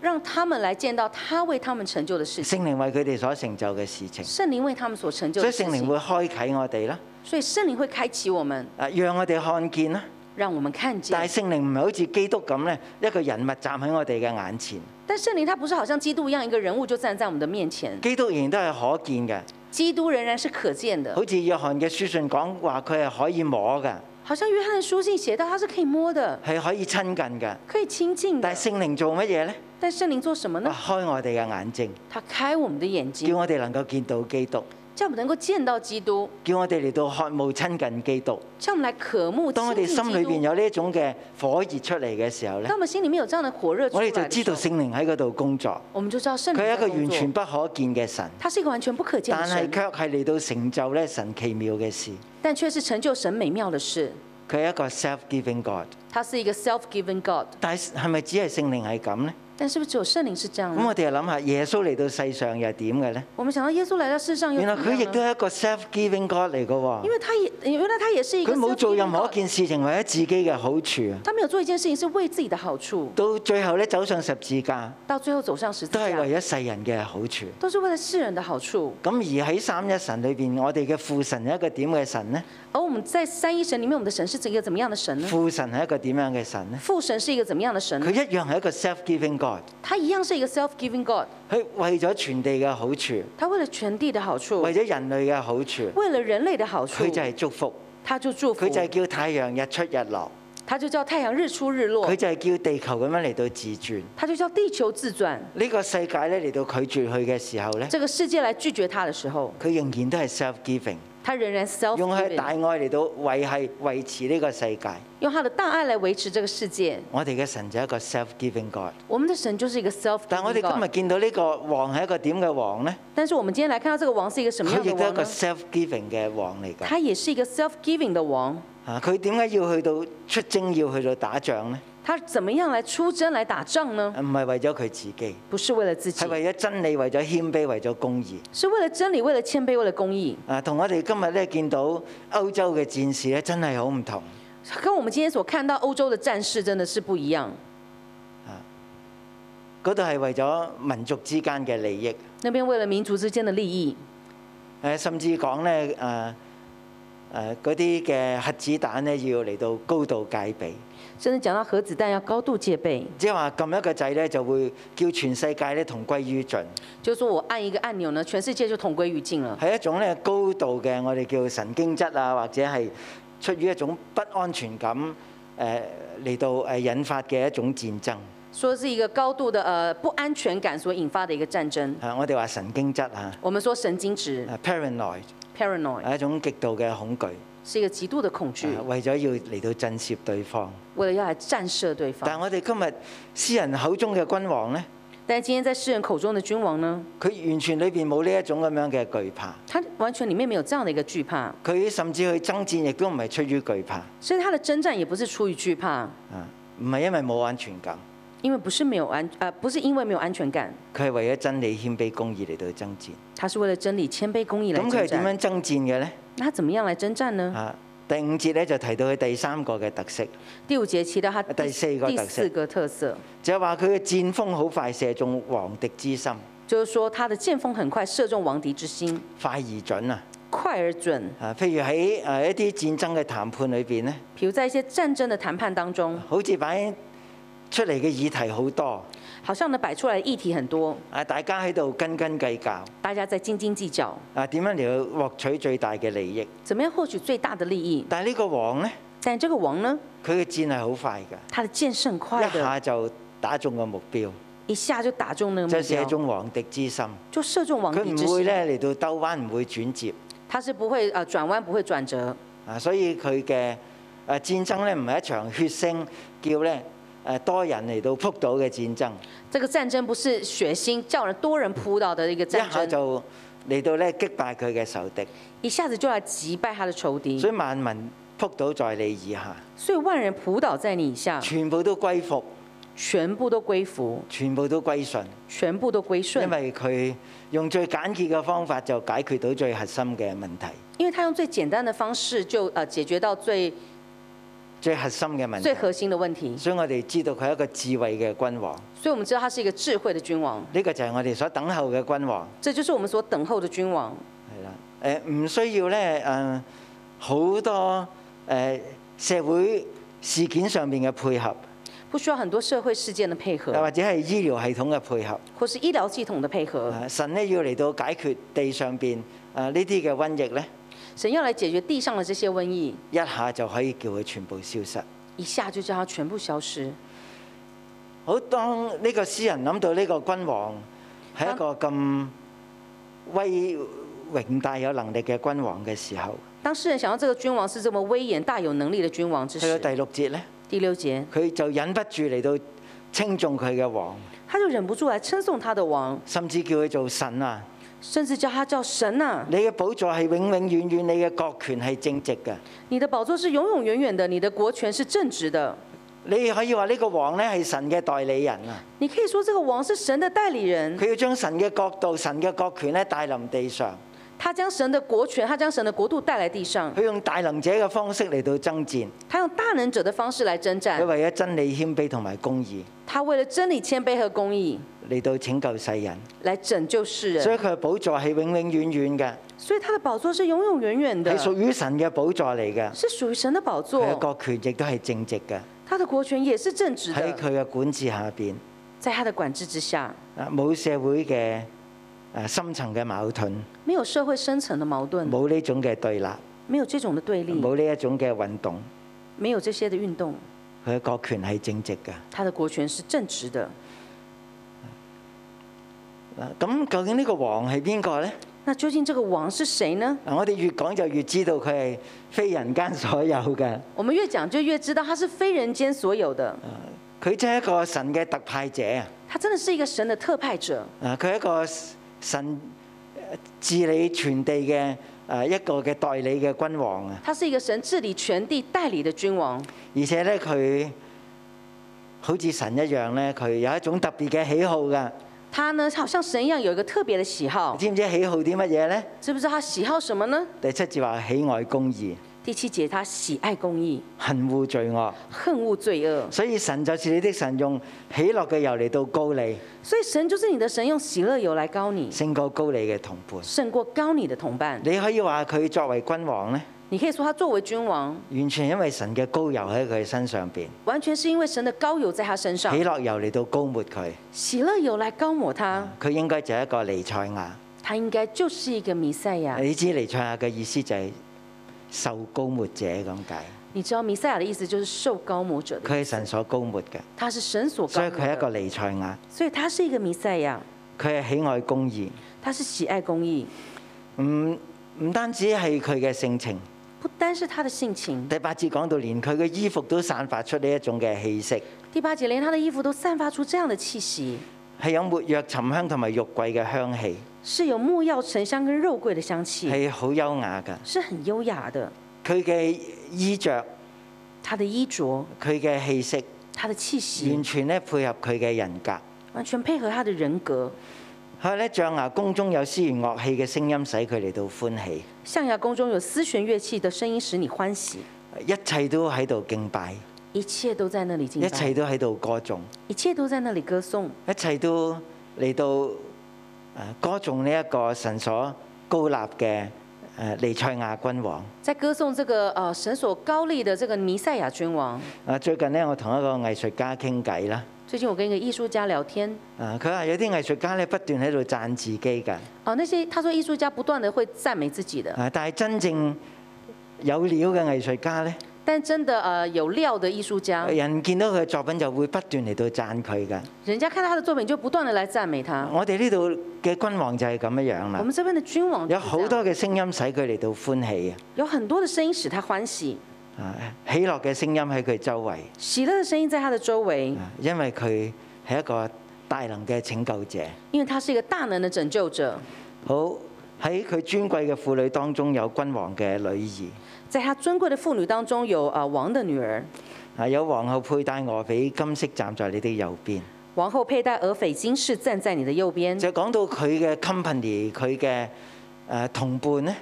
S3: 让他们来见到他为他们成就的事情，
S2: 聖靈為佢哋所成就嘅事情，
S3: 圣灵为他们所成就
S2: 所以
S3: 的事
S2: 聖
S3: 情
S2: 靈。會開啟我哋啦，
S3: 所以圣灵会开启我们，
S2: 啊，讓我哋看見啦。
S3: 让我们看见。
S2: 但係聖靈唔係好似基督咁咧，一個人物站喺我哋嘅眼前。
S3: 但圣灵他不是好像基督一样一个人物就站在我们的面前，
S2: 基督仍然都係可見嘅，
S3: 基督仍然是可见的。
S2: 好似約翰嘅書信講話，佢係可以摸嘅，
S3: 好像约翰书信写到他是可以摸的，
S2: 係可以親近嘅。
S3: 可以亲近的
S2: 但。係聖靈做乜嘢呢？啊
S3: 但圣灵做什么呢？
S2: 開我哋嘅眼睛，
S3: 他开我们的眼
S2: 叫
S3: 睛，
S2: 我哋能夠見到基督，
S3: 叫我们能够见到基督，
S2: 叫我哋嚟到渴慕親近基督。
S3: 叫我们来渴慕
S2: 當我
S3: 亲
S2: 哋
S3: 近
S2: 心裏
S3: 基
S2: 邊
S3: 督。
S2: 有呢一種嘅火熱出嚟嘅時候呢
S3: 当，我们心里面有这样的火热出
S2: 我
S3: 来
S2: 哋
S3: 的时
S2: 就
S3: 候，
S2: 知道聖靈喺嗰度工作。
S3: 我们就知道圣
S2: 佢
S3: 灵
S2: 係一
S3: 在
S2: 個
S3: 工
S2: 完
S3: 作
S2: 全不可見嘅神，
S3: 他是一个完全不可见的
S2: 但係
S3: 神，
S2: 卻係嚟到成就咧神奇妙嘅事。
S3: 但却是成就神美妙的事。
S2: 佢係一個 self-giving God。
S3: 他是一个 self-given God，
S2: 但係係咪只係聖靈係咁呢？
S3: 但是不是只有圣灵是这样
S2: 咁、
S3: 呢？
S2: 我哋又諗下，耶穌嚟到世上又係點嘅呢？
S3: 我们想到耶稣来到世上又
S2: 原
S3: 怎
S2: 來
S3: 么
S2: 佢亦
S3: 样
S2: 都
S3: 呢？
S2: 係一個 self-giving God 嚟嘅
S3: 因
S2: 喎，
S3: 为他也原来他也是一个
S2: 佢冇做
S3: self-giving
S2: 任何一
S3: God
S2: 件事情為咗自己嘅好處啊！
S3: 他没有做一件事情是为自己的好处，
S2: 到最後咧走上十字架，
S3: 到最后走上十字
S2: 都係
S3: 架，
S2: 為咗世人嘅好處。
S3: 都是为了世人的好处。
S2: 咁而喺三一神裏邊，我哋嘅父神係一個點嘅神呢？
S3: 而我们在三一神里面，我们的神是一个怎么样的神呢？
S2: 父神係一個點樣嘅神呢？
S3: 父神是一个怎么样的神呢
S2: 佢？一樣係一個 self-giving God，
S3: 他一样是一个 self-giving God，
S2: 佢為咗全地嘅好處，
S3: 他为了全地的好处，
S2: 為咗人類嘅好處，
S3: 为了人类的好处
S2: 佢，就係祝福，
S3: 他就祝福
S2: 佢，就係叫太陽日出日落。
S3: 他就叫太阳日出日落
S2: 佢，就係叫地球咁樣嚟到自轉。
S3: 他就叫地球自转。
S2: 呢、個世界咧嚟到拒絕佢嘅時候咧，
S3: 这个世界来拒绝他的时候，
S2: 佢仍然都係 self-giving，
S3: 他仍然 self
S2: 用佢嘅大
S3: giving，
S2: 愛嚟到維係維持呢個世界。
S3: 用他的大爱来维持这个世界。
S2: 我哋嘅神就係一個 self-giving God。
S3: 我们的神就是一个 self
S2: 但係我哋
S3: giving
S2: 今日
S3: God。
S2: 見到呢個王係一個點嘅王呢？
S3: 但是我们今天来看到这个王是一个什么
S2: 佢
S3: 样
S2: 亦
S3: 的
S2: 都係
S3: 王
S2: 一個
S3: 呢？
S2: self-giving 嘅王嚟㗎。
S3: 他也是一个 self giving 的王，
S2: 啊，佢點解要去到出征，要去到打仗呢？
S3: 他怎么样来出征来打仗呢？
S2: 唔係為咗佢自己，
S3: 不是为了自己
S2: 係，為咗真理，為咗謙卑，為咗公義。
S3: 是为了真理，为了谦卑，为了公义，
S2: 啊，同我哋今日咧見到歐洲嘅戰士咧，真係好唔同。
S3: 跟我们今天所看到欧洲的战士真的是不一样。
S2: 嗰度係為咗民族之間嘅利益，
S3: 那边为了民族之间的利益，
S2: 誒甚至講咧誒誒嗰啲嘅核子彈咧要嚟到高度戒備，
S3: 甚至讲到核子弹要高度戒备，
S2: 即係話撳一個掣咧就會叫全世界咧同歸於盡，
S3: 就是说我按一个按钮呢，全世界就同归于尽了。
S2: 係一種咧高度嘅我哋叫神經質啊，或者係出於一種不安全感誒嚟到誒引發嘅一種戰爭。
S3: 说是一个高度的呃不安全感所引发的一个战争。
S2: 啊，我哋話神經質啊
S3: 我们说神经质
S2: 啊，paranoid
S3: （paranoid）
S2: 係一種極度嘅恐懼，
S3: 是一个极度的恐惧
S2: 啊，為咗要嚟到震懾對方。
S3: 为了要来战胜对
S2: 但係
S3: 方。
S2: 我哋今日詩人口中嘅君王呢，
S3: 但今天在世人口中的君王呢，
S2: 佢完全裏邊冇呢一種咁樣嘅懼怕，
S3: 他完全里面没有这样的一个惧怕，
S2: 佢甚至去爭戰亦都唔係出於懼怕，
S3: 所以他的征战也不是出于惧怕，
S2: 啊，唔係因為冇安全感，
S3: 因为不是没有安呃不是因为没有安全感，
S2: 佢係為咗真理、謙卑、公義嚟到爭戰。
S3: 他是为了真理、谦卑、公义来
S2: 咁佢係
S3: 征
S2: 點
S3: 战。嗯
S2: 樣爭戰嘅呢？
S3: 那他怎么样来征战呢？
S2: 啊，第五節咧就提到佢第三個嘅特色，
S3: 第五节提到他
S2: 啊第四个
S3: 第
S2: 特色
S3: 四个特色，
S2: 就係話佢嘅戰風好快射中王敵之心，
S3: 就是说他的剑锋很快射中王敌之心，
S2: 快而準啊！
S3: 快而准。
S2: 啊，譬如喺誒一啲戰爭嘅談判裏邊呢，
S3: 比如在一些战争的谈判当中，
S2: 好似擺出嚟嘅議題好多，
S3: 好像呢摆出来的议题很多，
S2: 啊，大家喺度斤斤計較。
S3: 大家在斤斤计较，
S2: 啊點樣嚟到獲取最大嘅利益？
S3: 怎么样获取最大的利益。
S2: 但係呢個王呢，
S3: 但这个王呢，
S2: 佢嘅箭係好快㗎，
S3: 他的箭是很快
S2: 一
S3: 的，
S2: 下就打中個目標，
S3: 一下就打中那个
S2: 就
S3: 目
S2: 射
S3: 标，
S2: 中王敵之心。
S3: 就射中王
S2: 佢
S3: 敌之
S2: 唔會
S3: 心。
S2: 咧嚟到兜彎，唔會轉折
S3: 他是不会呃转弯，不会转折，
S2: 啊啊，所以佢嘅誒戰爭咧唔係一場血腥叫咧誒多人嚟到撲倒嘅戰爭，
S3: 这个战争不是血腥叫人多人扑倒的一个战
S2: 一下
S3: 争，
S2: 就嚟到咧擊敗佢嘅仇敵，
S3: 一下子就来击败他的仇敌
S2: 所，以萬民撲倒在你以下，
S3: 所以万人扑倒在你以下，
S2: 全部都歸服，
S3: 全部都归服，
S2: 全部都歸順，
S3: 全部都归顺
S2: 因，為佢用最簡潔嘅方法就解決到最核心嘅問題，
S3: 因为他用最简单的方式就呃解决到最
S2: 最核心嘅問
S3: 最
S2: 題。
S3: 核心的问题，
S2: 所以我哋知道佢係一個智慧嘅君王，呢、
S3: 所以我们知道他是一个智慧的君王，
S2: 個就係我哋所等候嘅君王。
S3: 这就是我们所等候的君王。
S2: 係啦，誒唔需要咧誒好多誒社會事件上面嘅配合，
S3: 不需要很多社会事件的配合
S2: 又，或者係醫療系統嘅配合。
S3: 或是医疗系統的配合。
S2: 啊神咧要嚟到解決地上邊誒呢啲嘅瘟疫咧，
S3: 神要来解決地上的这些瘟疫，
S2: 一下就可以叫佢全部消失。
S3: 一下就叫它全部消失。
S2: 好，當呢個詩人諗到呢個君王係一個咁威榮大有能力嘅君王嘅時候，
S3: 当世人想到这个君王是这么威嚴、大有能力的君王之
S2: 去到
S3: 時，
S2: 第六節咧，
S3: 第六節，
S2: 佢就忍不住嚟到稱重佢嘅王，
S3: 他就忍不住来稱頌他的王，
S2: 甚至叫佢做神啊！
S3: 甚至叫他叫神啊！
S2: 你嘅寶座係永永遠遠，你嘅國權係正直嘅。
S3: 你的寶座是永永遠遠的，你的國權是正直的。
S2: 你可以話呢個王呢係神嘅代理人啊！
S3: 你可以說這個王是神的代理人，
S2: 佢要將神嘅國度、神嘅國權咧帶臨地上，
S3: 他將神的國權，他將神的國度帶來地上，
S2: 佢用大能者嘅方式嚟到爭戰。
S3: 他用大能者的方式來征
S2: 佢
S3: 戰，
S2: 為咗真理、謙卑同埋公義
S3: 他為了真理、謙卑和公義
S2: 嚟到拯救世人，
S3: 來拯救世人
S2: 所。以佢嘅寶座係永永遠遠嘅，
S3: 所以他的寶座是永永遠遠的
S2: 係，屬於神嘅寶座嚟嘅。
S3: 是屬於神的寶
S2: 佢嘅
S3: 座，
S2: 國權亦都係正直嘅，
S3: 他的國權也是正直
S2: 喺
S3: 的，
S2: 佢嘅管治下邊，
S3: 在他的管制之下，
S2: 啊冇社會嘅誒深層嘅矛盾，
S3: 沒有社會深層的矛盾，
S2: 冇呢種嘅對立，
S3: 沒有這種的對立，
S2: 冇呢一種嘅運動。
S3: 沒有這些的運動，
S2: 佢嘅國權係正直嘅。
S3: 他的國權是正直的。
S2: 嗱啊咁究竟呢個王係邊個呢？
S3: 那究竟這個王是誰呢？
S2: 嗱，我哋越講就越知道佢係非人間所有嘅。
S3: 我們越講就越知道他是非人間所有的，
S2: 嗯佢真係一個神嘅特派者啊！
S3: 他真的是一個神的特派者，
S2: 啊，佢係一個神呃治理全地嘅誒一個嘅代理嘅君王啊！
S3: 他是一個神治理全地代理的君王，
S2: 而且呢，佢好似神一樣呢，佢有一種特別嘅喜好㗎。
S3: 他呢好像神一樣有一個特別的喜好，
S2: 知唔知喜好啲乜嘢呢？
S3: 知不知道他喜好什麼呢？
S2: 第七節話喜愛公義，
S3: 第七節，他喜愛公義，
S2: 恨惡罪惡。
S3: 恨惡罪惡。
S2: 所以神就是你的神，用喜樂嘅油嚟到高你，
S3: 所以神就是你的神，用喜乐油来膏你，
S2: 勝過高你嘅同伴。
S3: 胜过膏你的同伴。
S2: 你可以話佢作為君王呢，
S3: 你可以说他作为君王，
S2: 完全因為神嘅高油喺佢身上邊，
S3: 完全是因为神的膏油在他身上
S2: 喜，樂油嚟到高抹佢，
S3: 喜乐油来膏抹他，
S2: 佢應該就係一個尼賽亞。
S3: 他應該就是一个弥赛亚。
S2: 你知尼賽亞嘅意思就係受高抹者咁解，
S3: 你知道弥赛亚的意思就是受膏抹者的，
S2: 佢係神所高抹嘅，
S3: 他是神所膏
S2: 所以
S3: 抹
S2: 佢係一個
S3: 的，
S2: 尼賽亞，
S3: 所以他是一个弥赛亚，
S2: 佢係喜愛公義，
S3: 他是喜爱公义，
S2: 唔唔單止係佢嘅性情。
S3: 不单是他的性情。
S2: 第八節講到，連佢嘅衣服都散發出呢一種嘅氣息，
S3: 第八节，连他的衣服都散发出这样的气息，
S2: 係有沒藥沉香同埋玉桂嘅香氣，
S3: 是有木药、沉香跟肉桂的香气，
S2: 係好優雅㗎。
S3: 是很优雅的。
S2: 佢嘅衣着。
S3: 他的衣着，
S2: 佢嘅氣息
S3: 他的气息
S2: 完，全咧配合佢嘅人格。
S3: 完全配合他的人格。
S2: 佢咧象牙宮中有絲弦樂器嘅聲音，使佢嚟到歡喜，
S3: 象牙宫中有丝弦乐器的声音使你欢喜，
S2: 一切都喺度敬拜，
S3: 一切都在那里敬
S2: 一
S3: 拜，
S2: 切都喺度歌頌，
S3: 一切都在那里歌颂，
S2: 一切都嚟到呃歌頌呢一個神所高立嘅誒尼賽亞君王。
S3: 在歌颂这个呃神所高立的这个弥赛亚君王。
S2: 啊，最近呢，我同一個藝術家傾偈啦。
S3: 最近我跟一个藝術家聊天，
S2: 啊！佢話有啲藝術家咧不斷喺度讚自己㗎，
S3: 哦，那些他说藝術家不断的会赞美自己的，
S2: 啊！但係真正有料嘅藝術家咧，
S3: 但真的呃有料的藝術家，
S2: 人見到佢嘅作品就會不斷嚟到讚佢㗎。
S3: 人家看到他的作品就不断的来赞美他。
S2: 我哋呢度嘅君王就係咁樣樣
S3: 我
S2: 啦，
S3: 们这边的君王
S2: 有
S3: 就是
S2: 啊好
S3: 这
S2: 多
S3: 样
S2: 嘅聲音使佢嚟到歡喜啊！
S3: 有很多的声音使他欢喜，
S2: 啊啊喜樂嘅聲音喺佢周圍，
S3: 喜乐的声音在他的周围，
S2: 啊因為佢係一個大能嘅拯救者。
S3: 因为他是一个大能的拯救者。
S2: 好喺佢尊貴嘅婦女當中有君王嘅女兒，
S3: 在他尊贵的妇女当中有啊王的女儿，
S2: 啊有皇后佩戴俄比金色站在你的右邊，
S3: 王后佩戴俄斐金饰站在你的右边。
S2: 就講到佢嘅 company 佢嘅誒同伴呢，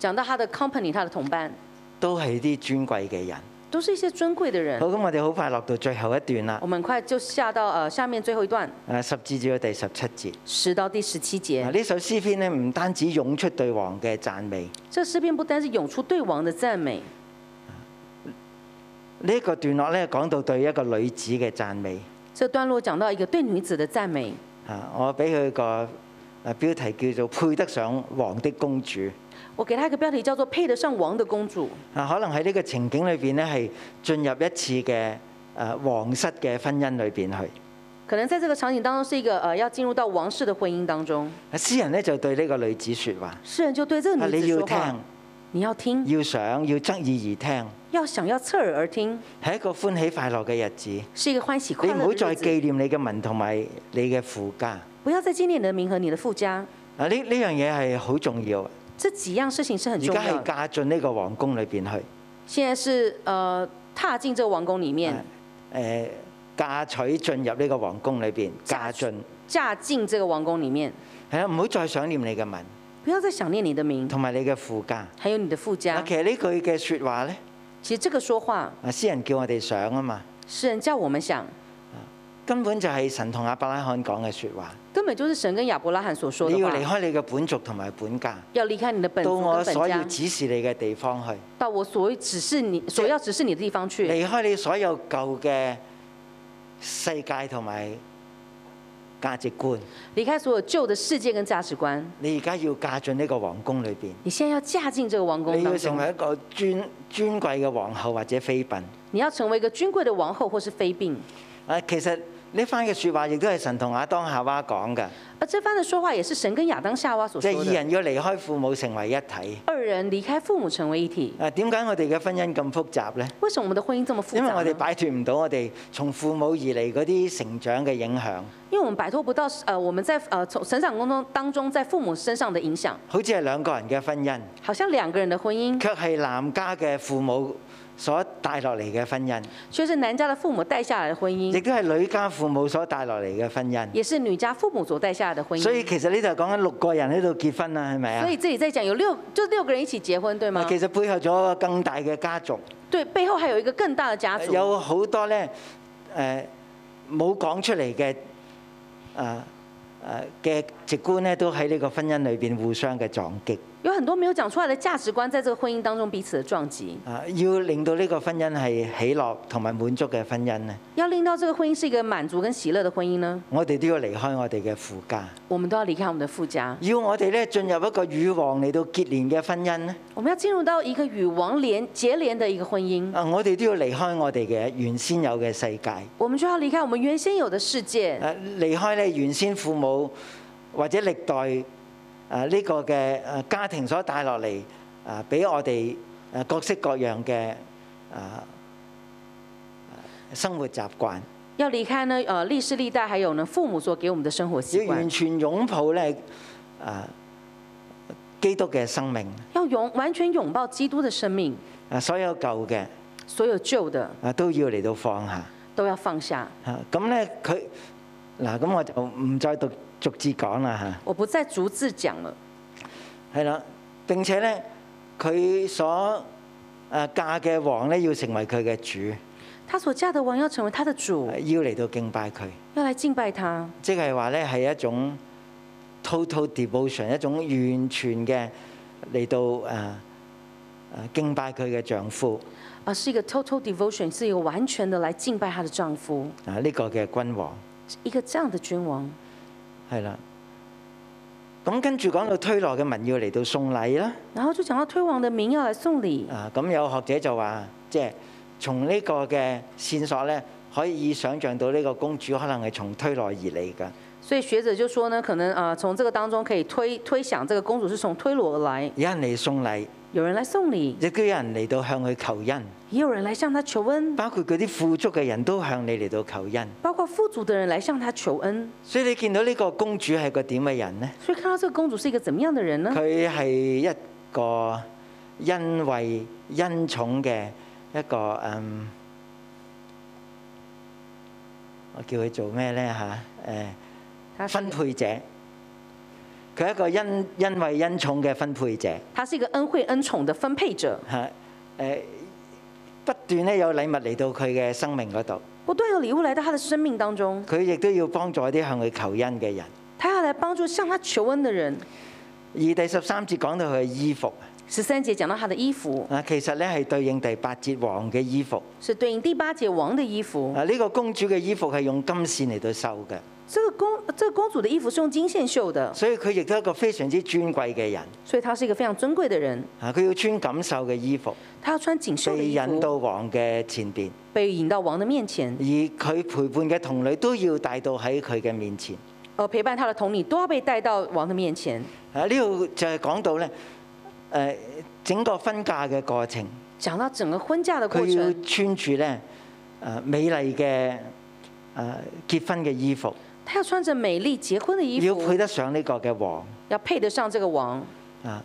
S3: 讲到他的 company，他的同伴
S2: 都係啲尊貴嘅人。
S3: 都是一些尊贵的人
S2: 好，。咁我哋好快落到最後一段啦
S3: 我，们快就下到呃下面最后一段
S2: 誒十至至到第十七節。
S3: 十到第十七
S2: 嗱
S3: 节。
S2: 呢首詩篇呢，唔單止湧出對王嘅讚美，
S3: 这诗篇不单是涌出对王的赞美，
S2: 呢、一個段落呢，講到對一個女子嘅讚美。
S3: 这段落讲到一个对女子的赞美。
S2: 啊，我俾佢個誒標題叫做配得上王的公主。
S3: 我给他一个标题叫做“配得上王的公主
S2: 啊，可能喺呢個情景裏邊呢，係進入一次嘅誒皇室嘅婚姻裏邊去。”。
S3: 可能在这个场景当中是一个呃要进入到王室的婚姻当中，
S2: 啊詩人呢，就對呢個女子説話：
S3: 诗人就对这
S2: 啊，
S3: 个女
S2: 你
S3: 子
S2: 要
S3: 说话：“
S2: 聽，
S3: 你要听，
S2: 要想，要側耳而聽，
S3: 要想要侧耳而听，
S2: 係一個歡喜快樂嘅日子。
S3: 是一个欢喜快
S2: 你唔
S3: 乐的
S2: 好
S3: 日子
S2: 再紀念你嘅民同埋你嘅父家。
S3: 不要再纪念你的名和你的附加。
S2: 啊，呢呢樣嘢係好重要。
S3: 这几样事情是很
S2: 而
S3: 重
S2: 家
S3: 要
S2: 係
S3: 的。
S2: 嫁進呢個皇宮裏邊去。
S3: 现在是呃踏进这个王宫里面
S2: 啊，誒嫁娶進入呢個皇宮裏邊，嫁
S3: 嫁娶
S2: 進
S3: 嫁进这个王宫里面，
S2: 係啊，唔好再想念你嘅民
S3: 不要再想念你的名，
S2: 同埋你嘅父家。
S3: 还有你的附
S2: 啊
S3: 加，
S2: 其。實呢句嘅説話呢，
S3: 其实这个说话，
S2: 啊詩人叫我哋想啊嘛，
S3: 诗人叫我们想，
S2: 根本就係神同亞伯拉罕講嘅説話。
S3: 根本就是神跟亚伯拉罕所说的
S2: 你要
S3: 话。
S2: 離開你嘅本族同埋本家，
S3: 要离开你的本
S2: 到
S3: 族
S2: 我
S3: 跟
S2: 所
S3: 本
S2: 要
S3: 家，
S2: 指示你嘅地方去，
S3: 到我所指示你所要指示你的地方去，
S2: 離開你所有舊嘅世界同埋價值觀。
S3: 离开所有旧的世界跟价值观。
S2: 你而家要嫁進呢個皇宮裏邊。
S3: 你现在要嫁进这个王宫
S2: 你要
S3: 当
S2: 成
S3: 中，
S2: 為一個尊尊貴嘅皇后或者妃嫔。
S3: 你要成为一个尊贵的王后或是妃嫔。
S2: 啊，其實呢番嘅説話亦都係神同亞當夏娃講嘅，
S3: 而这番的说话也是神跟亚当夏娃所
S2: 即
S3: 说
S2: 係二
S3: 的。
S2: 人要離開父母成為一體。
S3: 二人离开父母成为一体，
S2: 啊，點解我哋嘅婚姻咁複雜呢？
S3: 为什么我们的婚姻这么复
S2: 因為
S3: 杂
S2: 我哋
S3: 呢？
S2: 擺脱唔到我哋從父母而嚟嗰啲成長嘅影響，
S3: 因为我们摆脱不到呃我们在呃从成长过程中当中在父母身上的影响，
S2: 好似係兩個人嘅婚姻，
S3: 好像两个人的婚姻，
S2: 卻係男家嘅父母所帶落嚟嘅婚姻，
S3: 却是男家的父母带下来的婚
S2: 亦
S3: 姻，
S2: 都係女家父母所帶落嚟嘅婚姻。
S3: 也是女家父母所带下来的婚姻。
S2: 所以其實呢度係講緊六個人喺度結婚啦，係咪啊
S3: 嗯所以？这里在讲有六，就六个人一起结婚，对吗？
S2: 其實背後仲有一個更大嘅家族。
S3: 对，背后还有一个更大的家族，
S2: 呃有好多呃咧誒冇講出嚟嘅誒誒呃嘅直觀咧，都喺呢個婚姻裏邊互相嘅撞擊
S3: 有很多没有讲出来的价值观，在这个婚姻当中彼此的撞击，
S2: 啊！要令到呢個婚姻係喜樂同埋滿足嘅婚姻咧，
S3: 要令到这个婚姻是一个满足跟喜乐的婚姻呢，
S2: 我哋都要離開我哋嘅父家，
S3: 我们都要离开我们的附加，
S2: 要我哋咧進入一個與王嚟到結連嘅婚姻咧。
S3: 我们要进入到一个与王连结连的一个婚姻，
S2: 啊！我哋都要離開我哋嘅原先有嘅世界，誒、
S3: 我们就要离开我们原先有的世界，
S2: 離開咧原先父母或者歷代誒呢、個嘅誒家庭所帶落嚟誒俾我哋誒各式各樣嘅誒呃生活習慣，
S3: 要离开呢呃历世历代还有呢父母所给我们的生活习
S2: 要
S3: 惯
S2: 完，全擁抱咧誒、基督嘅生命
S3: 要拥完全拥抱基督的生命，
S2: 誒所有舊嘅
S3: 所有旧的
S2: 誒都要嚟到放下
S3: 都要放下。
S2: 嚇，咁咧佢嗱咁我就唔再讀逐字講啦嚇。
S3: 我不再逐字讲了，
S2: 係啦，並且咧，佢所誒嫁嘅王咧，要成為佢嘅主，
S3: 他所嫁的王要成为他的主，
S2: 要嚟到敬拜佢，
S3: 要来敬拜他。
S2: 即係話咧係一種 total devotion，一種完全嘅嚟到誒誒、敬拜佢嘅丈夫
S3: 而是一个 total devotion，是一个完全的来敬拜她的丈夫，
S2: 啊呢、個嘅君王
S3: 一个这样的君王。
S2: 係啦。咁跟住講到推羅嘅民要嚟到送禮啦，
S3: 然后就讲到推王的民要来送礼，
S2: 啊咁有學者就話，即係從呢個嘅線索咧，可以想像到呢個公主可能係從推羅而嚟㗎。
S3: 所以学者就说呢，可能啊、呃从这个当中可以推推想，这个公主是从推罗而来，
S2: 有人嚟送禮，
S3: 有人来送礼，
S2: 亦都有人嚟到向佢求恩，
S3: 也有人来向他求恩，
S2: 包括嗰啲富足嘅人都向你嚟到求恩。
S3: 包括富足的人来向他求恩。
S2: 所以你見到呢個公主係個點嘅人呢？
S3: 所以看到这个公主是一个怎么样的人呢？
S2: 佢係一個恩惠恩寵嘅一個嗯，我叫佢做咩呢？吓、
S3: 她是
S2: 分配者，佢係一個恩恩惠恩寵嘅分配者
S3: 她是一个恩惠恩宠的分配者，
S2: 嚇誒、不斷咧有禮物嚟到佢嘅生命嗰度，
S3: 不断有礼物来到她的生命当中，
S2: 佢亦都要幫助啲向佢求恩嘅人。
S3: 她要来帮助向她求恩的人。
S2: 而第十三節講到佢嘅衣服
S3: 十三节讲到她的衣服
S2: 啊，其實咧係對應第八節王嘅衣服。
S3: 是对应第八节王的衣服，
S2: 啊！呢、個公主嘅衣服係用金線嚟到繡嘅，
S3: 这个公这个公主的衣服是用金线绣的，
S2: 所以佢亦都係一個非常之尊貴嘅人。
S3: 所以她是一个非常尊贵的人。
S2: 啊！佢要穿錦繡嘅衣服，
S3: 她要穿锦绣的
S2: 被
S3: 衣
S2: 引
S3: 服，
S2: 到王嘅前邊，
S3: 被引到王的面前
S2: 而，佢陪伴嘅童女都要帶到喺佢嘅面前。
S3: 而呃陪伴她的童女都要被带到王的面前。
S2: 啊！呢度就係講到咧，誒、整個婚嫁嘅過程，
S3: 讲到整个婚嫁的
S2: 佢
S3: 过
S2: 要
S3: 程，
S2: 穿住咧誒美麗嘅誒、結婚嘅衣服，
S3: 她要穿着美丽结婚的衣
S2: 要
S3: 服
S2: 配，得上呢個嘅王。
S3: 要配得上这个王。
S2: 啊！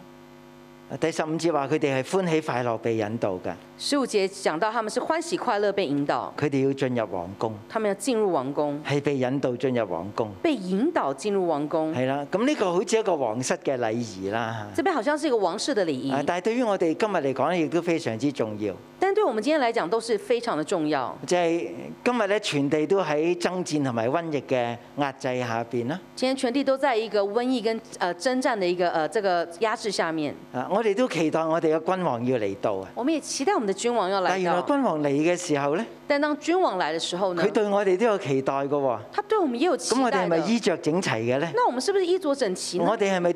S2: 第十五節話佢哋係歡喜快樂被引導嘅，
S3: 十五节讲到他们是欢喜快乐被引导，
S2: 佢哋要進入皇宮。
S3: 他们要进入王宫，
S2: 係被引導進入皇宮，
S3: 被引导进入王宫。
S2: 係啦。咁呢個好似一個皇室嘅禮儀啦
S3: 这边好像是一个王室的礼仪
S2: 啊，但係對於我哋今日嚟講咧，亦都非常之重要。
S3: 但对我们今天来讲都是非常的重要。
S2: 就係、今日咧，全地都喺爭戰同埋瘟疫嘅壓制下邊啦。
S3: 今天全地都在一个瘟疫跟呃征战的一个呃这个压制下面，
S2: 啊，我哋都期待我哋嘅君王要嚟到啊。
S3: 我们也期待我们的君王要
S2: 但
S3: 来
S2: 原來
S3: 到。
S2: 君王嚟嘅時候咧，
S3: 但当君王来的时候呢
S2: 佢，對我哋都有期待嘅喎。
S3: 他对我们也有嗯期
S2: 咁我哋
S3: 待嗯
S2: 係咪
S3: 的。
S2: 衣着整齊嘅咧？
S3: 那我们是不是衣着整齐呢
S2: 我？哋係咪誒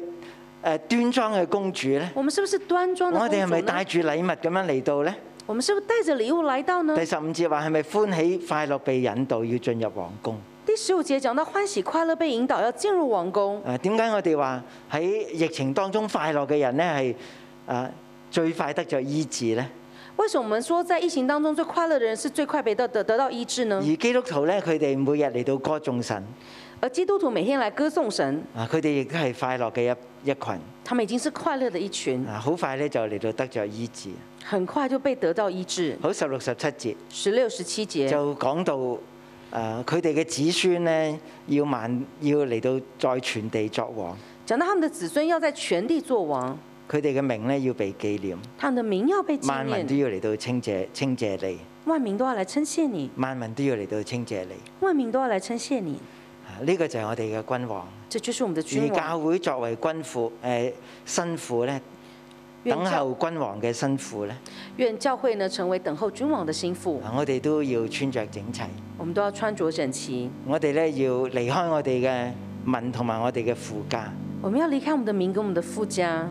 S2: 端莊嘅公主咧？
S3: 我们是不是端庄的
S2: 我
S3: 公
S2: 哋係咪
S3: 主呢
S2: 帶？住禮物咁樣嚟到咧？
S3: 我们是不是带着礼物来到呢
S2: 第？十五節話係咪歡喜快樂被引導要進入皇宮？
S3: 第十五节讲到欢喜快乐被引导要进入王宫。
S2: 誒啊點解我哋話喺疫情當中快樂嘅人呢係誒最快得着醫治呢？
S3: 为什么我们说在疫情当中最快乐的人是最快被得得得到医治呢
S2: 而？基督徒呢，佢哋每日嚟到歌頌神，
S3: 而基督徒每天来歌颂神，
S2: 啊佢哋亦都係快樂嘅一一群，
S3: 他们已经是快乐的一群，
S2: 啊好快呢就嚟到得着醫治。
S3: 很快就被得到医治。
S2: 好十六十七節
S3: 十六、十七节
S2: 就講到誒佢哋嘅子孫呢，要萬要嚟到在全地作王，
S3: 讲到他们的子孙要在全地作王，
S2: 佢哋嘅名呢要被紀念，
S3: 他们的名要被纪
S2: 萬民都
S3: 念，
S2: 要嚟到稱謝稱謝你，
S3: 万民都要来称谢你，
S2: 萬民都要嚟到稱謝你。
S3: 万民都要来称谢你。
S2: 啊呢、個就係我哋嘅君王。
S3: 这就是我们的
S2: 而
S3: 君王。
S2: 教會作為君父誒、呃辛苦咧，
S3: 愿
S2: 等
S3: 教
S2: 候君王嘅辛苦咧，
S3: 愿教会呢成为等候君王的心腹，
S2: 啊我哋都要穿着整齊。
S3: 我们都要穿着整齐。
S2: 我哋咧要離開我哋嘅民同埋我哋嘅父家，
S3: 我们要离开我们的民跟我们的父家，
S2: 啊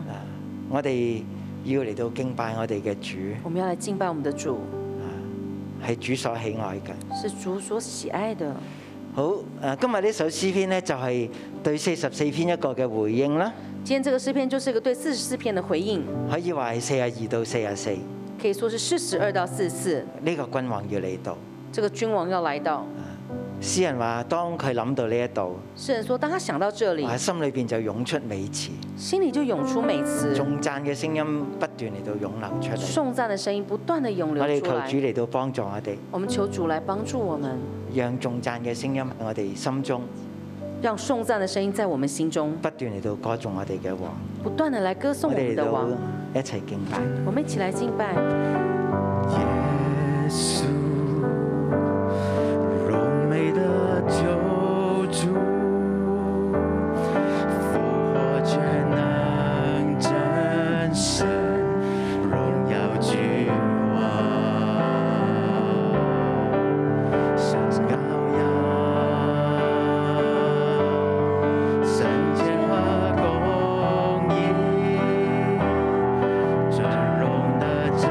S2: 我哋要嚟到敬拜我哋嘅主，
S3: 我们要来敬拜我们的主，
S2: 係主所喜愛嘅。
S3: 是主所喜爱的。
S2: 好誒、呃今日呢首詩篇咧就係、對四十四篇一個嘅回應啦，
S3: 今天这个诗篇就是一个对四十四篇的回应，
S2: 可以話係四十二到四十四。
S3: 可以说是四十二到四十四。
S2: 呢個君王要嚟到，
S3: 这个君王要来到，
S2: 詩人話：當佢諗到呢一度，
S3: 诗人说，当他想到这里，
S2: 啊心裏邊就湧出美詞。
S3: 心里就涌出美词，
S2: 重讚嘅聲音不斷嚟到湧流出嚟。
S3: 颂赞的声音不断的涌
S2: 我哋
S3: 流出
S2: 求
S3: 来
S2: 主。嚟到幫助我哋，
S3: 我们求主来帮助我们，
S2: 讓重讚嘅聲音喺我哋心中
S3: 让颂赞的声音在我们心中
S2: 不斷嚟到歌頌我哋嘅王。
S3: 不断的来歌
S2: 我
S3: 颂我
S2: 哋
S3: 们
S2: 嚟
S3: 的王。
S2: 到一齊敬拜。
S3: 我们一起来敬拜。
S4: 耶稣，柔美的救主，复活全能真神，荣耀之王，山高扬，圣洁和公义。尊荣的真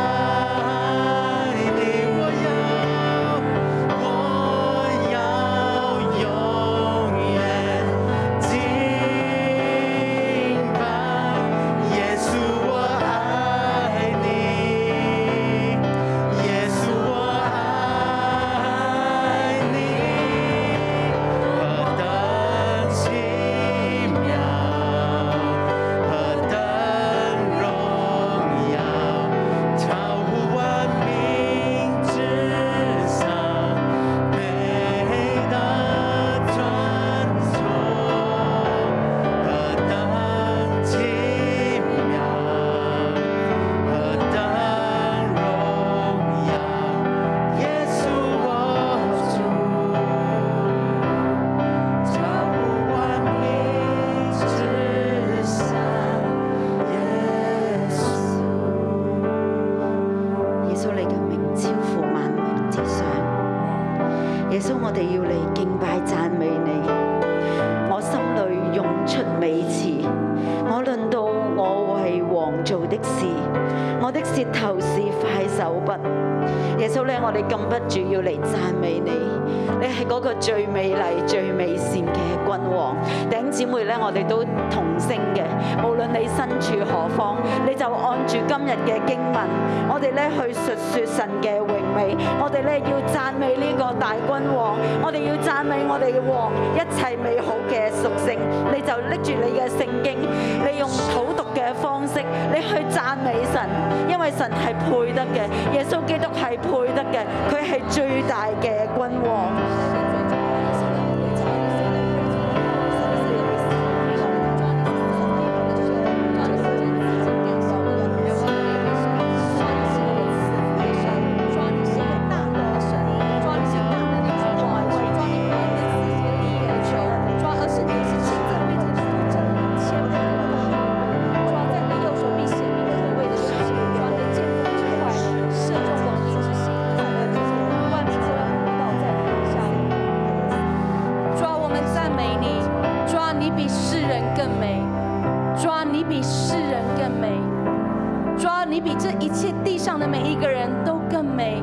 S4: Oh,
S5: 耶穌你嘅名超乎萬名之上。耶穌，我哋要嚟敬拜讚美你。我心裏湧出美詞，我論到我為王做的事，我的舌頭是快手筆。耶穌咧，我哋禁不住要嚟讚美你，你係嗰個最美麗、最美善嘅君王。弟兄姊妹咧，我哋都同聲嘅，無論你身處何方，你就按住今日嘅經文，我哋咧去述說神嘅榮美，我哋咧要讚美呢個大君王，我哋要讚美我哋嘅王一切美好嘅屬性。你就拎住你嘅聖經，你用土讀嘅方式，你去讚美神，因為神係配得嘅，耶穌基督係配得嘅，佢係最大嘅君王。
S6: 主啊，我们赞美你，主啊，你比世人更美，主啊，你比世人更美，主啊，你比这一切地上的每一个人都更美。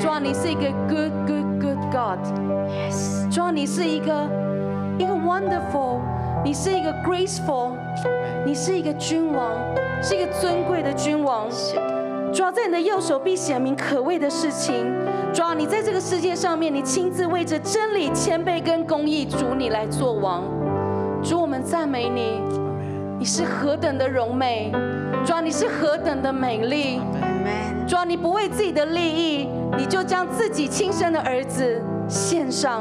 S6: 主啊，你是一个 good good good God，主啊，你是一个一个 wonderful，你是一个 graceful，你是一个君王，是一个尊贵的君王。主啊，在你的右手必显明可畏的事情。主啊，你在这个世界上面，你亲自为着真理、谦卑跟公义，主你来做王。主，我们赞美你，你是何等的荣美，主啊，你是何等的美丽。主啊，你不为自己的利益，你就将自己亲生的儿子献上，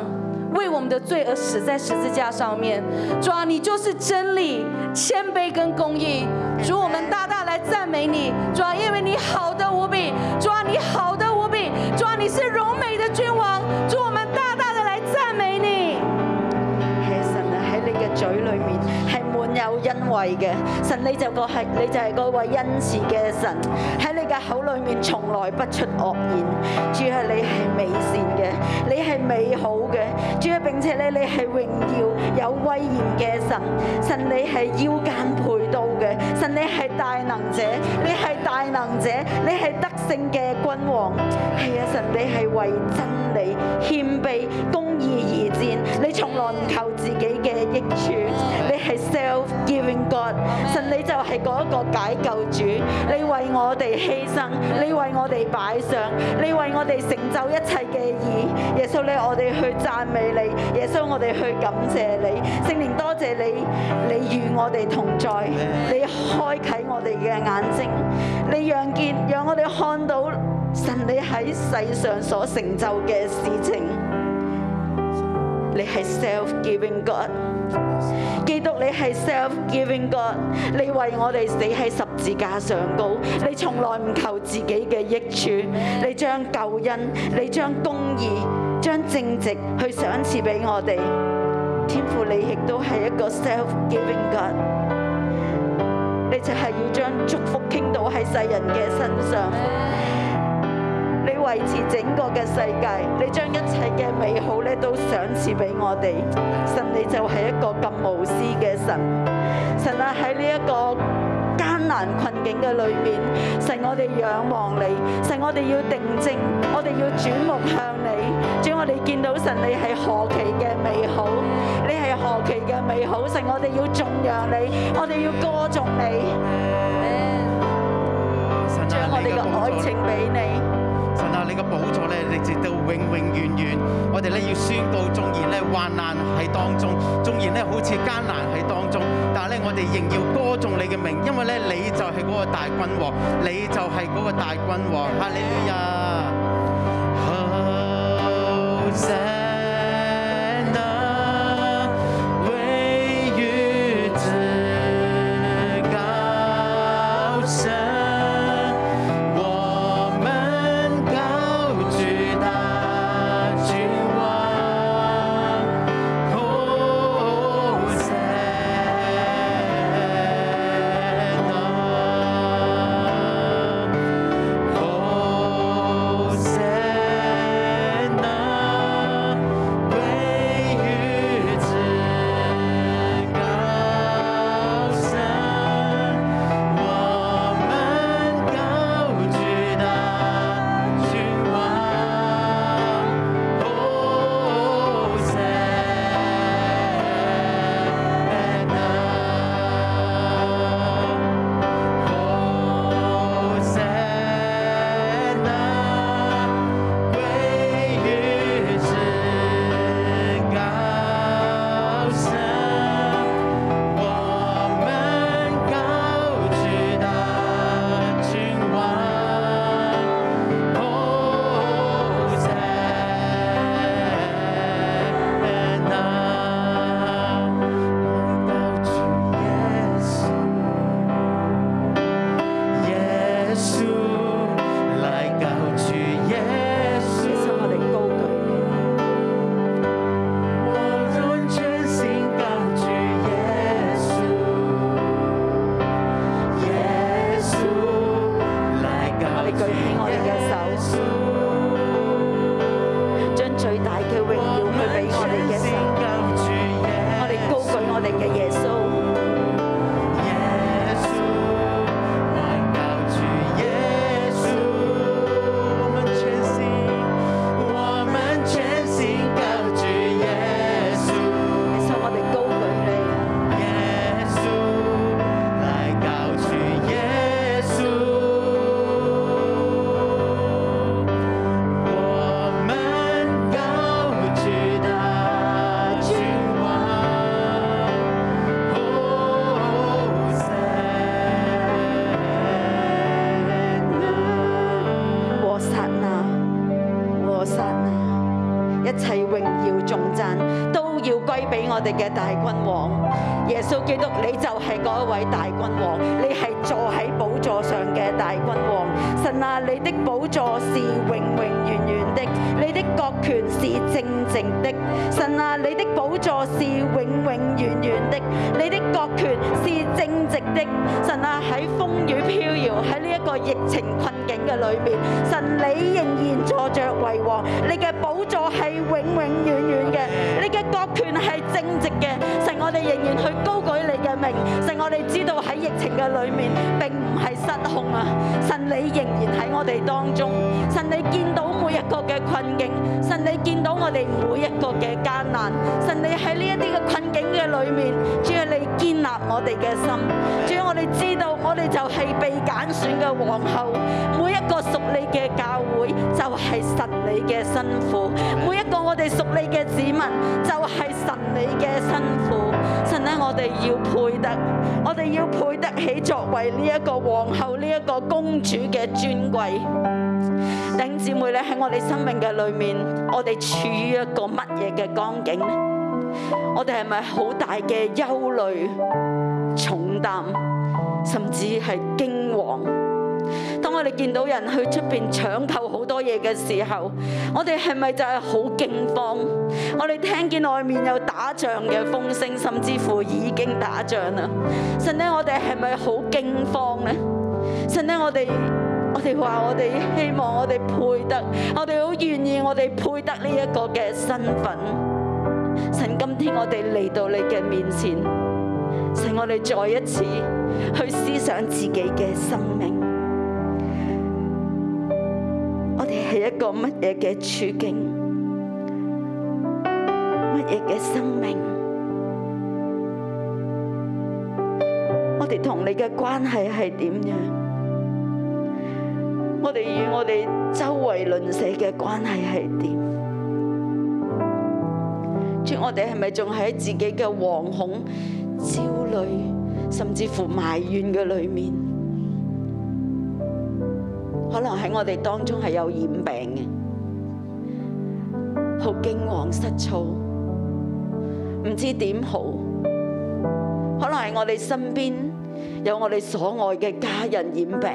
S6: 为我们的罪而死在十字架上面。主啊，你就是真理、谦卑跟公义。主，我们大大来赞美你。主啊，因为你好的无比。主啊，你好的无比。主啊，你是荣美的君王。主，我们大大的来赞美你。
S5: 係神啊，喺你嘅嘴裏面係滿有恩惠嘅，神你就個係你就係嗰位恩慈嘅神，喺你嘅口裏面從來不出惡言，主係你係美善嘅，你係美好嘅，主係並且咧你係榮耀有威嚴嘅神，神你係腰間配刀嘅，神你係大能者，你係大能者，你係得勝嘅君王，係啊，神你係為真理謙卑公義而戰。你從來唔求自己嘅益處，你係 self-giving God，神你就係嗰一個解救主，你為我哋犧牲，你為我哋擺上，你為我哋成就一切嘅義。耶穌咧，我哋去讚美你，耶穌我哋去感謝你，聖靈多謝你，你與我哋同在，你開啟我哋嘅眼睛，你讓見讓我哋看到神你喺世上所成就嘅事情。你係 self-giving God。基督你係 self-giving God，你為我哋死喺十字架上高，你從來唔求自己嘅益處，你將救恩、你將公義、將正直去賞賜俾我哋。天父你亦都係一個 self-giving God，你就係要將祝福傾倒喺世人嘅身上。你維持整個嘅世界，你將一切嘅美好咧都賞賜俾我哋。神你就係一個咁無私嘅神，神啊喺呢一個艱難困境嘅裏面，神我哋仰望你，神我哋要定睛，我哋要轉目向你。主我哋見到神你係何其嘅美好，你係何其嘅美好，神我哋要頌揚你，我哋要歌頌你，將我哋嘅愛情俾你。
S4: 神啊，你個寶座咧，你直到永永遠遠。我哋咧要宣告，縱然咧患難喺當中，縱然咧好似艱難喺當中，但係咧我哋仍要歌頌你嘅名，因為咧你就係嗰個大君王，你就係嗰個大君王。哈利路亞！Hosanna，位於至高神。我们高举大君王，吼塞纳，吼
S5: 我哋嘅手，將最大嘅榮耀去俾我哋嘅神，我哋高舉我哋嘅耶穌。耶穌，我哋高舉你，和撒那，和撒那，一切榮耀頌讚都要歸俾我哋嘅大君王。耶穌基督，你就係嗰一位大君王，你係坐喺寶座上嘅大君王。神啊，你的寶座是永永遠遠的，你的國權是正正的。神啊，你的寶座是永永遠遠的，你的國權是正直的。神啊，喺風雨飄搖，喺呢一個疫情困境嘅裏面，神你仍然坐着為王，你嘅寶座係永永遠遠嘅，你嘅國權係正直嘅。神，我哋仍然去高舉你嘅名。神，我哋知道喺疫情嘅裏面並唔係失控啊。神，你仍然喺我哋當中。神，你見到每一個嘅困境，神，你見到我哋每一個嘅艱難。神，你喺呢一啲嘅困境嘅裏面，主要你建立我哋嘅心。主啊要我哋知道，我哋就係被揀選嘅皇后。每一個屬你嘅教會就係神你嘅辛苦，每一個我哋屬你嘅子民就係神你嘅辛苦。神咧，我哋要配得，我哋要配得起作為呢一個皇后、呢、一個公主嘅尊貴。弟兄姊妹咧，喺我哋生命嘅裏面，我哋處於一個乜嘢嘅光景呢？我哋係咪好大嘅憂慮、重擔，甚至係驚惶？當我哋見到人去出邊搶購好多嘢嘅時候，我哋係咪就係好驚慌？我哋聽見外面有打仗嘅風聲，甚至乎已經打仗啦。神呢，我哋係咪好驚慌呢？神呢，我哋我哋話我哋希望我哋配得，我哋好願意我哋配得呢一個嘅身份。神，今天我哋嚟到你嘅面前，神，我哋再一次去思想自己嘅生命。我哋係一個乜嘢嘅處境，乜嘢嘅生命？我哋同你嘅關係係點樣？我哋與我哋周圍鄰舍嘅關係係點？主，我哋係咪仲喺自己嘅惶恐、焦慮，甚至乎埋怨嘅裏面？可能喺我哋當中係有染病嘅，好驚惶失措，唔知點好。可能係我哋身邊有我哋所愛嘅家人染病，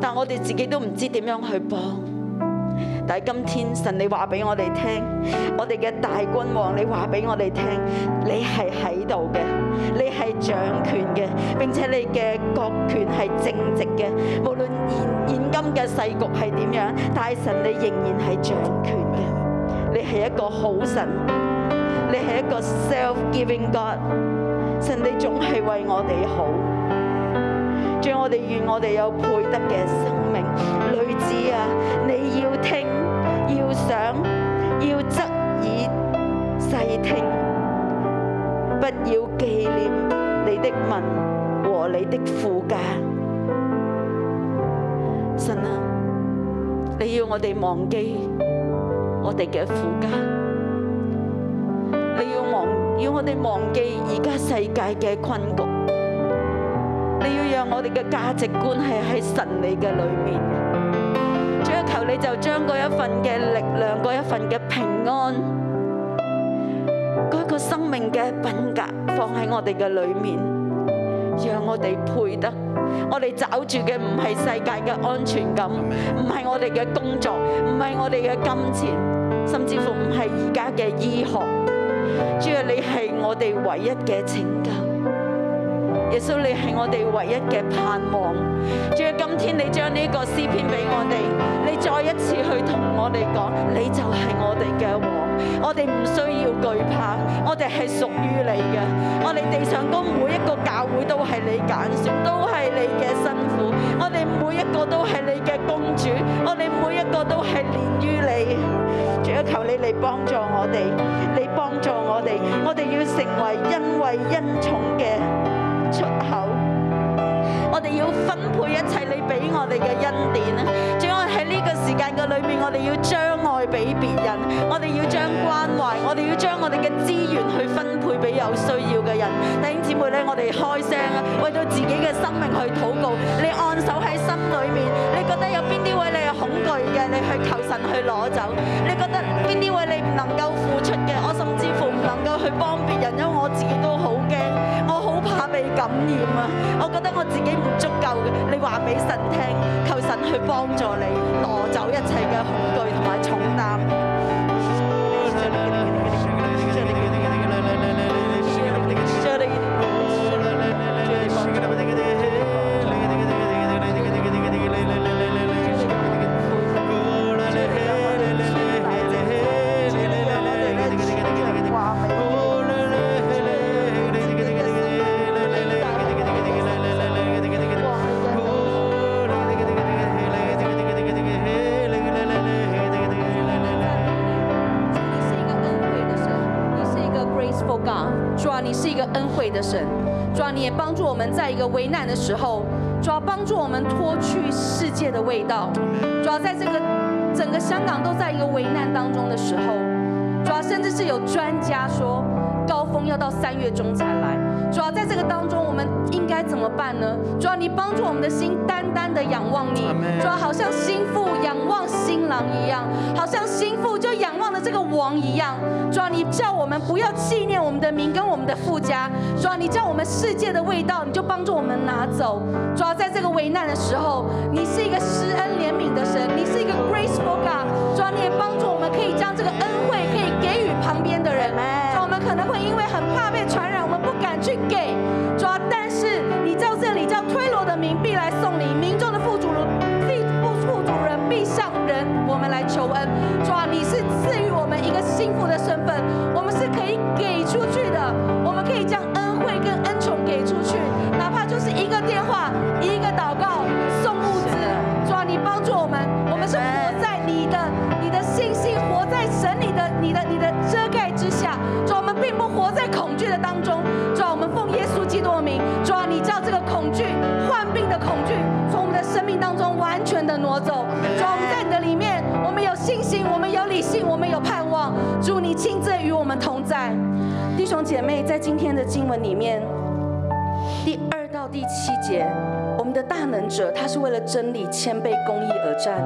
S5: 但我哋自己都唔知點樣去幫。但係今天神你話俾我哋聽，我哋嘅大君王你話俾我哋聽，你係喺度嘅，你係掌權嘅，並且你嘅國權係正直嘅。無論現現今嘅世局係點樣，但係神你仍然係掌權嘅。你係一個好神，你係一個 self-giving God。神你總係為我哋好。將我哋願我哋有配得嘅生命，女子啊，你要聽，要想，要側耳細聽，不要紀念你的民和你的父家。神啊，你要我哋忘記我哋嘅父家，你要忘要我哋忘記而家世界嘅困局。你要讓我哋嘅價值觀係喺神你嘅裏面。主啊，求你就將嗰一份嘅力量，嗰一份嘅平安，嗰一個生命嘅品格放喺我哋嘅裏面，讓我哋配得。我哋找住嘅唔係世界嘅安全感，唔係我哋嘅工作，唔係我哋嘅金錢，甚至乎唔係而家嘅醫學。主啊，你係我哋唯一嘅拯救。耶穌你係我哋唯一嘅盼望。主啊，今天你將呢個詩篇俾我哋，你再一次去同我哋講，你就係我哋嘅王。我哋唔需要懼怕，我哋係屬於你嘅。我哋地上高每一個教會都係你揀選，都係你嘅辛苦。我哋每一個都係你嘅公主，我哋每一個都係連於你。主啊，求你嚟幫助我哋，你幫助我哋，我哋要成為因為恩寵嘅出口。我哋要分配一切你俾我哋嘅恩典啊！主要喺呢個時間嘅裏面，我哋要將愛俾別人，我哋要將關懷，我哋要將我哋嘅資源去分配俾有需要嘅人。弟兄姊妹咧，我哋開聲啊，為到自己嘅生命去禱告。你按手喺心裏面，你覺得有邊啲位你係恐懼嘅，你去求神去攞走；你覺得邊啲位你唔能夠付出嘅，我甚至乎唔能夠去幫別人，因為我自己都好驚，我好怕被感染啊！我覺得我自己唔足夠嘅，你話俾神聽，求神去幫助你攞走一切嘅恐懼同埋重擔。將你
S6: 你是一个恩惠的神，你是一个 graceful God。主啊，你是一个恩惠的神。主啊，你也帮助我们在一个危难的时候，主啊，帮助我们脱去世界的味道。主啊，在这个整个香港都在一个危难当中的时候，主啊，甚至是有专家说高峰要到三月中才来。主啊，在这个当中，我们应该怎么办呢？主啊，你帮助我们的心单单的仰望你
S4: Amen。
S6: 主啊，好像心腹仰望新郎一样，好像心腹就仰望了这个王一样。主啊，你叫我们不要纪念我们的名跟我们的附加。主啊，你叫我们世界的味道，你就帮助我们拿走。主啊，在这个危难的时候，你是一个施恩怜悯的神，你是一个 graceful God。主啊，你也帮助我们可以将这个恩惠可以给予旁边的人。主啊，我们可能会因为很怕被传染，我们不敢去给。主啊，但是你叫这里叫推罗的民必来送你，民众的富足如必不富足人必上人，我们来求恩。主啊，你是赐予我们一个幸福的身份，我们是可以给出去的，我们可以将恩惠跟恩宠给出去，哪怕就是一个电话、一个祷告、送物资。主啊，你帮助我们，我们是活在你的、你的信心，活在神你的、你的、你的遮盖之下。主啊，我们并不活在恐惧的当中。主啊，我们奉耶稣基督的名，主啊，你叫这个恐惧、患病的恐惧，从我们的生命当中完全的挪走。主啊，我们在你的里面，我们有信心，我们有理性，我们有盼望。主，你亲自与我们同在。弟兄姐妹，在今天的经文里面，第二到第七节，我们的大能者他是为了真理、谦卑、公义而战，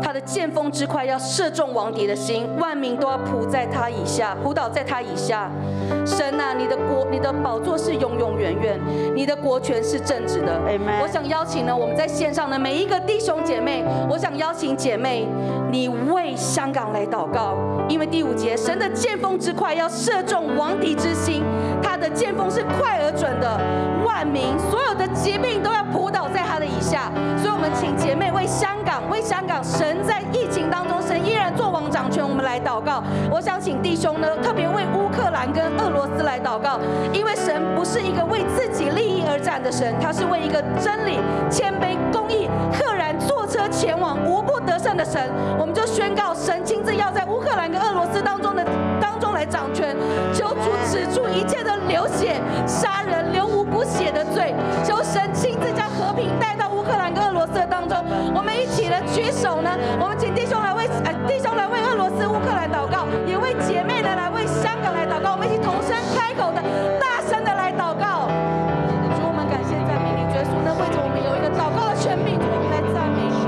S6: 他的剑锋之快要射中王敌的心，万民都要扑在他以下，扑倒在他以下。神啊，你的国，你的宝座是永永远远，你的国权是正直的。
S5: Amen
S6: 我想邀请呢，我们在线上的每一个弟兄姐妹，我想邀请姐妹，你为香港来祷告，因为第五节，神的剑锋之快要射中王敌之心，他的剑锋是快而准的，万民所有的疾病都要扑倒在他的以下。所以，我们请姐妹为香港，为香港，神在疫情当中，神依然做王掌权，我们来祷告。我想请弟兄呢，特别为乌克兰跟俄罗斯来祷告，因为神不是一个为自己利益而战的神，他是为一个真理、谦卑、公义、赫然坐车前往、无不得胜的神。我们就宣告，神亲自要在乌克兰跟俄罗斯当中的当中来掌权，求主止住一切的流血、杀人、流无辜血的罪，求神亲自将和平带到乌克兰跟俄罗斯的当中。我们一起来举手呢，我们请弟兄来为呃弟兄来为俄罗斯、乌克兰祷告，也为姐妹呢来为香港来祷告，我们一起同声开口的大声的来祷告。主，我们感谢赞美你，主耶稣，那为着我们有一个祷告的权柄，主，我们来赞美你。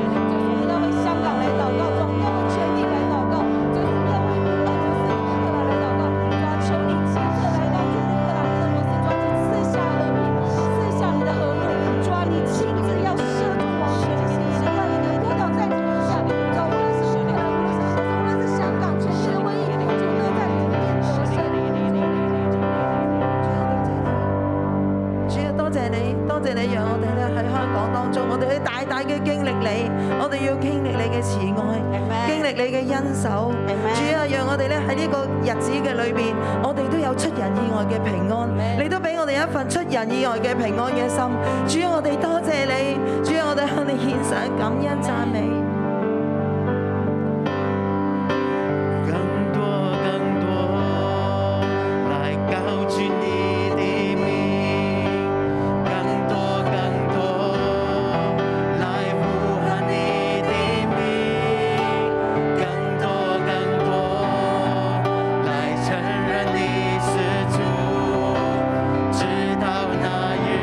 S6: 主，我们要为香港来祷告，主，我们要为全地来祷告，主，我们要为俄罗斯、乌克兰来祷告，主啊，求你亲自来到主乌克兰、俄罗斯，主啊，你赐下和平，赐下你的和平，主啊，你亲自要射中王权，神啊，你的国倒在地上，主啊，无论是乌克兰、俄罗斯，无论
S7: 嘅經歷你，我哋要經歷你嘅慈愛，經歷你嘅恩手。主啊，讓我哋咧喺呢個日子嘅裏邊，我哋都有出人意外嘅平安，你都俾我哋一份出人意外嘅平安嘅心。主啊，我哋多謝你，主啊，我哋向你獻上感恩讚美。
S4: 更多更多来高举你的名，更多更多来呼喊你的名，更多更多来承认你是主，直到那日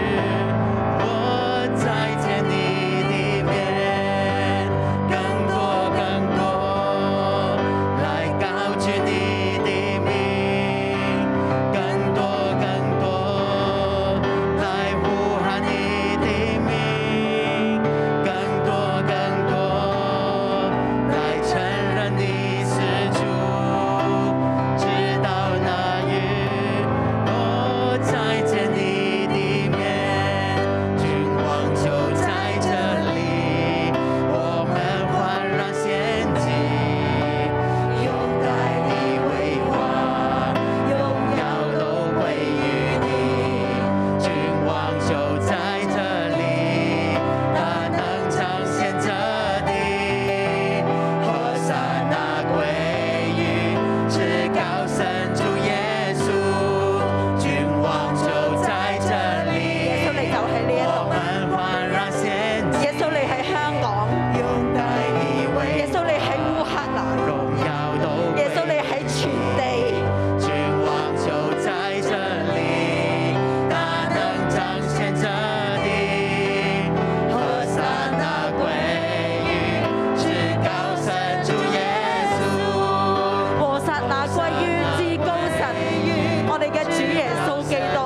S4: 我再见你的面，更多更多来高举你的名，更多更多来呼喊你的名，更多更多来承认你是主，直到那日我再见你的面，君王就在这里，我们焕然仙境。拥戴你为王，荣耀都归于你。君王就在这里，他能彰显这地。何塞那归于至高神主耶稣，君王就在这里。
S5: 耶稣你就喺呢一
S4: 我
S5: 度，
S4: 们焕然仙境，
S5: 耶穌你喺香港，
S4: 拥戴你
S5: 耶
S4: 为
S5: 穌你喺烏克蘭，
S4: 荣耀都
S5: 耶穌
S4: 归
S5: 你喺全地。
S4: 君王就在这里，大能彰显这地，和散那归于至高神主耶稣。
S5: 和撒那歸於至高神，我哋嘅主耶穌基督。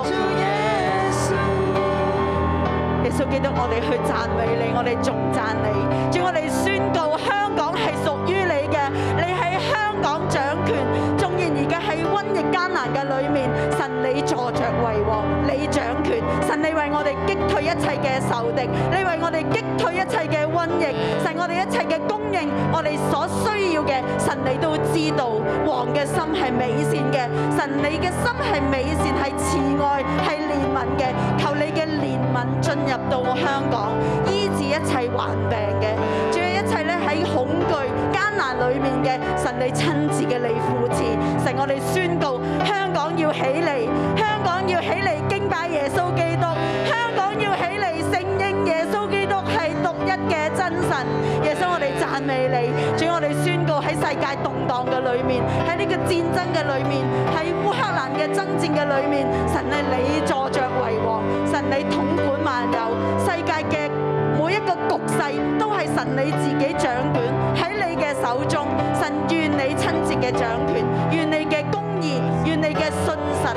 S5: 耶穌基督，我哋去讚美你，我哋仲讚你。主，我哋宣告香港係屬於你嘅，你喺香港掌權。縱然而家喺瘟疫艱難嘅裏面，神你坐着為王，你掌權。神你為我哋擊退一切嘅仇敵，你為我哋擊退一切嘅瘟疫。神我哋一切嘅供應，我哋所需要嘅，神你都知道。王嘅心係美善嘅，神你嘅心係美善，係慈愛，係憐憫嘅。求你嘅憐憫進入到香港，醫治一切患病嘅，仲有一切咧喺恐懼艱難裏面嘅，神你親自嘅你扶持，神我哋宣告香港要起嚟，香港要起嚟敬拜耶穌基督，香港要起嚟承認耶穌基督係獨一嘅真神，耶穌我哋讚美你，主我哋宣告喺世界動盪嘅裏面，喺呢個戰爭嘅裏面，喺烏克蘭嘅爭戰嘅裏面，神係你坐着為王，神你統管萬有，世界嘅每一個局勢都係神你自己掌管喺你嘅手中，神願你親自嘅掌權，願你嘅公義，願你嘅信實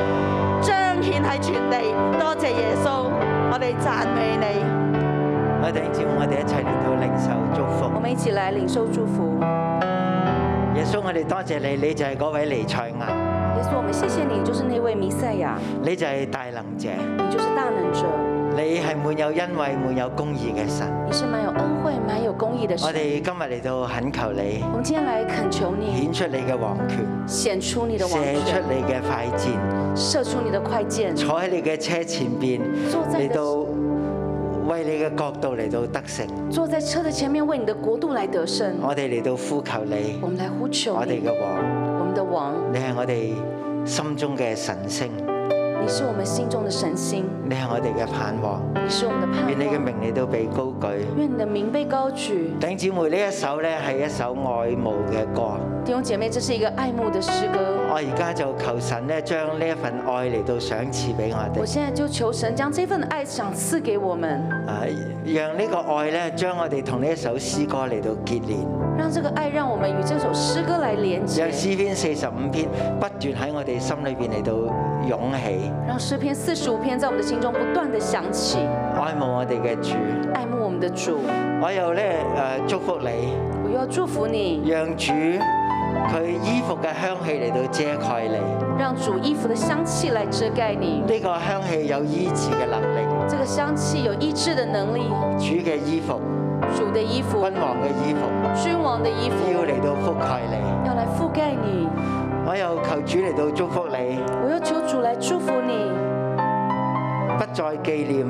S5: 彰顯喺全地，多謝耶穌，我哋讚美你。
S2: 我哋接我哋一齊嚟到領受祝
S3: 我
S2: 福。
S3: 们一起来领受祝福。
S2: 耶穌，我哋多謝你，你就係嗰位尼賽亞，
S3: 耶稣，我们谢谢你，就是那位弥赛亚，
S2: 你就係大能者，
S3: 你就是大能者，
S2: 你係滿有恩惠、滿有公義嘅神。
S3: 你是满有恩惠、满有公义的
S2: 我
S3: 神。
S2: 哋今日嚟到懇求你，
S3: 我们今天来恳求你，
S2: 顯出你嘅王權，
S3: 显出你的王
S2: 射出
S3: 权，
S2: 你嘅快箭。
S3: 射出你的快箭，
S2: 坐喺你嘅車前邊，
S3: 坐在你
S2: 嚟
S3: 的
S2: 到為你嘅角度嚟到得勝，
S3: 坐在车的前面，为你的国度来得胜。
S2: 我哋嚟到呼求你
S3: 我，们来呼求
S2: 我哋
S3: 你，
S2: 嘅王，
S3: 我们的王，
S2: 你係我哋心中嘅神星，
S3: 你是我们心中的神星，
S2: 你係我哋嘅盼望，
S3: 你是我们的盼望。
S2: 願你嘅名你都被高舉。
S3: 愿你的名被高举。
S2: 頂姊妹呢一首呢係一首愛慕嘅歌，
S3: 弟兄姐妹，这是一个爱慕的诗歌。
S2: 我而家就求神呢將呢一份愛嚟到賞賜俾我
S3: 我
S2: 哋，
S3: 现在就求神将这份的爱赏赐给我们，
S2: 啊，讓呢個愛呢將我哋同呢一首詩歌嚟到結連，
S3: 让这个愛讓我们與這首詩歌來連接
S2: 讓，詩篇四十五篇不斷喺我哋心裏邊嚟到湧起。
S3: 讓詩篇四十五篇在我們的心中不斷的響起。
S2: 愛慕我哋嘅主，
S3: 愛慕我們的主，
S2: 我又咧誒祝福你，
S3: 我要祝福你，
S2: 讓主佢衣服嘅香氣嚟到遮蓋你，
S3: 讓主衣服的香氣來遮蓋你。
S2: 呢、個香氣有醫治嘅能力，
S3: 這個香氣有醫治的能力，
S2: 主嘅衣服
S3: 主的衣服、
S2: 君王嘅衣服，
S3: 君王的衣服，
S2: 要嚟到覆蓋你。
S3: 要来覆盖你。
S2: 我又求主嚟到祝福你，
S3: 我要求主来祝福你，
S2: 不再紀念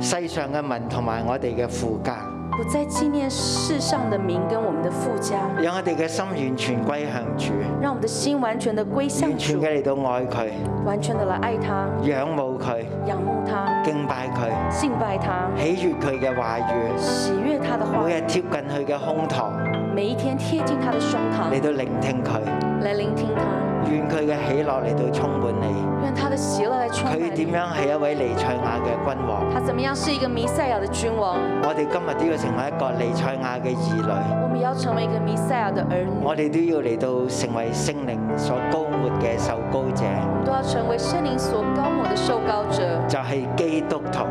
S2: 世上嘅民同埋我哋嘅父家，
S3: 不再纪念世上的名跟我们的附加，
S2: 讓我哋嘅心完全歸向主，
S3: 让我们的心完全的归向
S2: 完全
S3: 主，
S2: 嘅嚟到愛佢、
S3: 完全的来爱他、
S2: 仰慕佢、
S3: 仰慕他、
S2: 敬拜佢、
S3: 敬拜他，
S2: 喜悅佢嘅話語，
S3: 喜悦他的话
S2: 每，日貼近佢嘅胸膛
S3: 每一天贴近他的胸
S2: 嚟
S3: 膛，
S2: 到聆聽佢，
S3: 来聆聽他，
S2: 願佢嘅喜樂嚟到充滿你。
S3: 愿他的喜乐来充满
S2: 佢點
S3: 你。
S2: 樣係一位尼賽亞嘅君王？
S3: 他怎么样是一个弥赛亚的君王？
S2: 我哋今日都要成為一個尼賽亞嘅兒女，
S3: 我们也要成为一个弥赛亚的儿女，
S2: 我哋都要嚟到成為聖靈所高抹嘅受高者，
S3: 我们都要成为圣灵所高抹的受高者，
S2: 就係、基督徒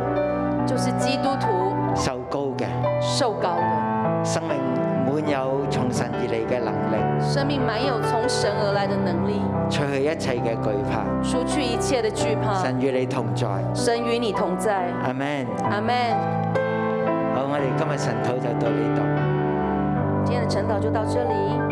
S3: 就是基督徒
S2: 受高嘅
S3: 受高的
S2: 生命，滿有從神而嚟嘅能力，
S3: 生命，满有从神而来的能力，
S2: 除去一切嘅懼怕。
S3: 除去一切的惧怕。
S2: 神與你同在，
S3: 神与你同在，
S2: 阿 Man。
S3: 阿门。
S2: 好，我哋今日神討就到呢度。
S3: 今天的晨祷就到这里。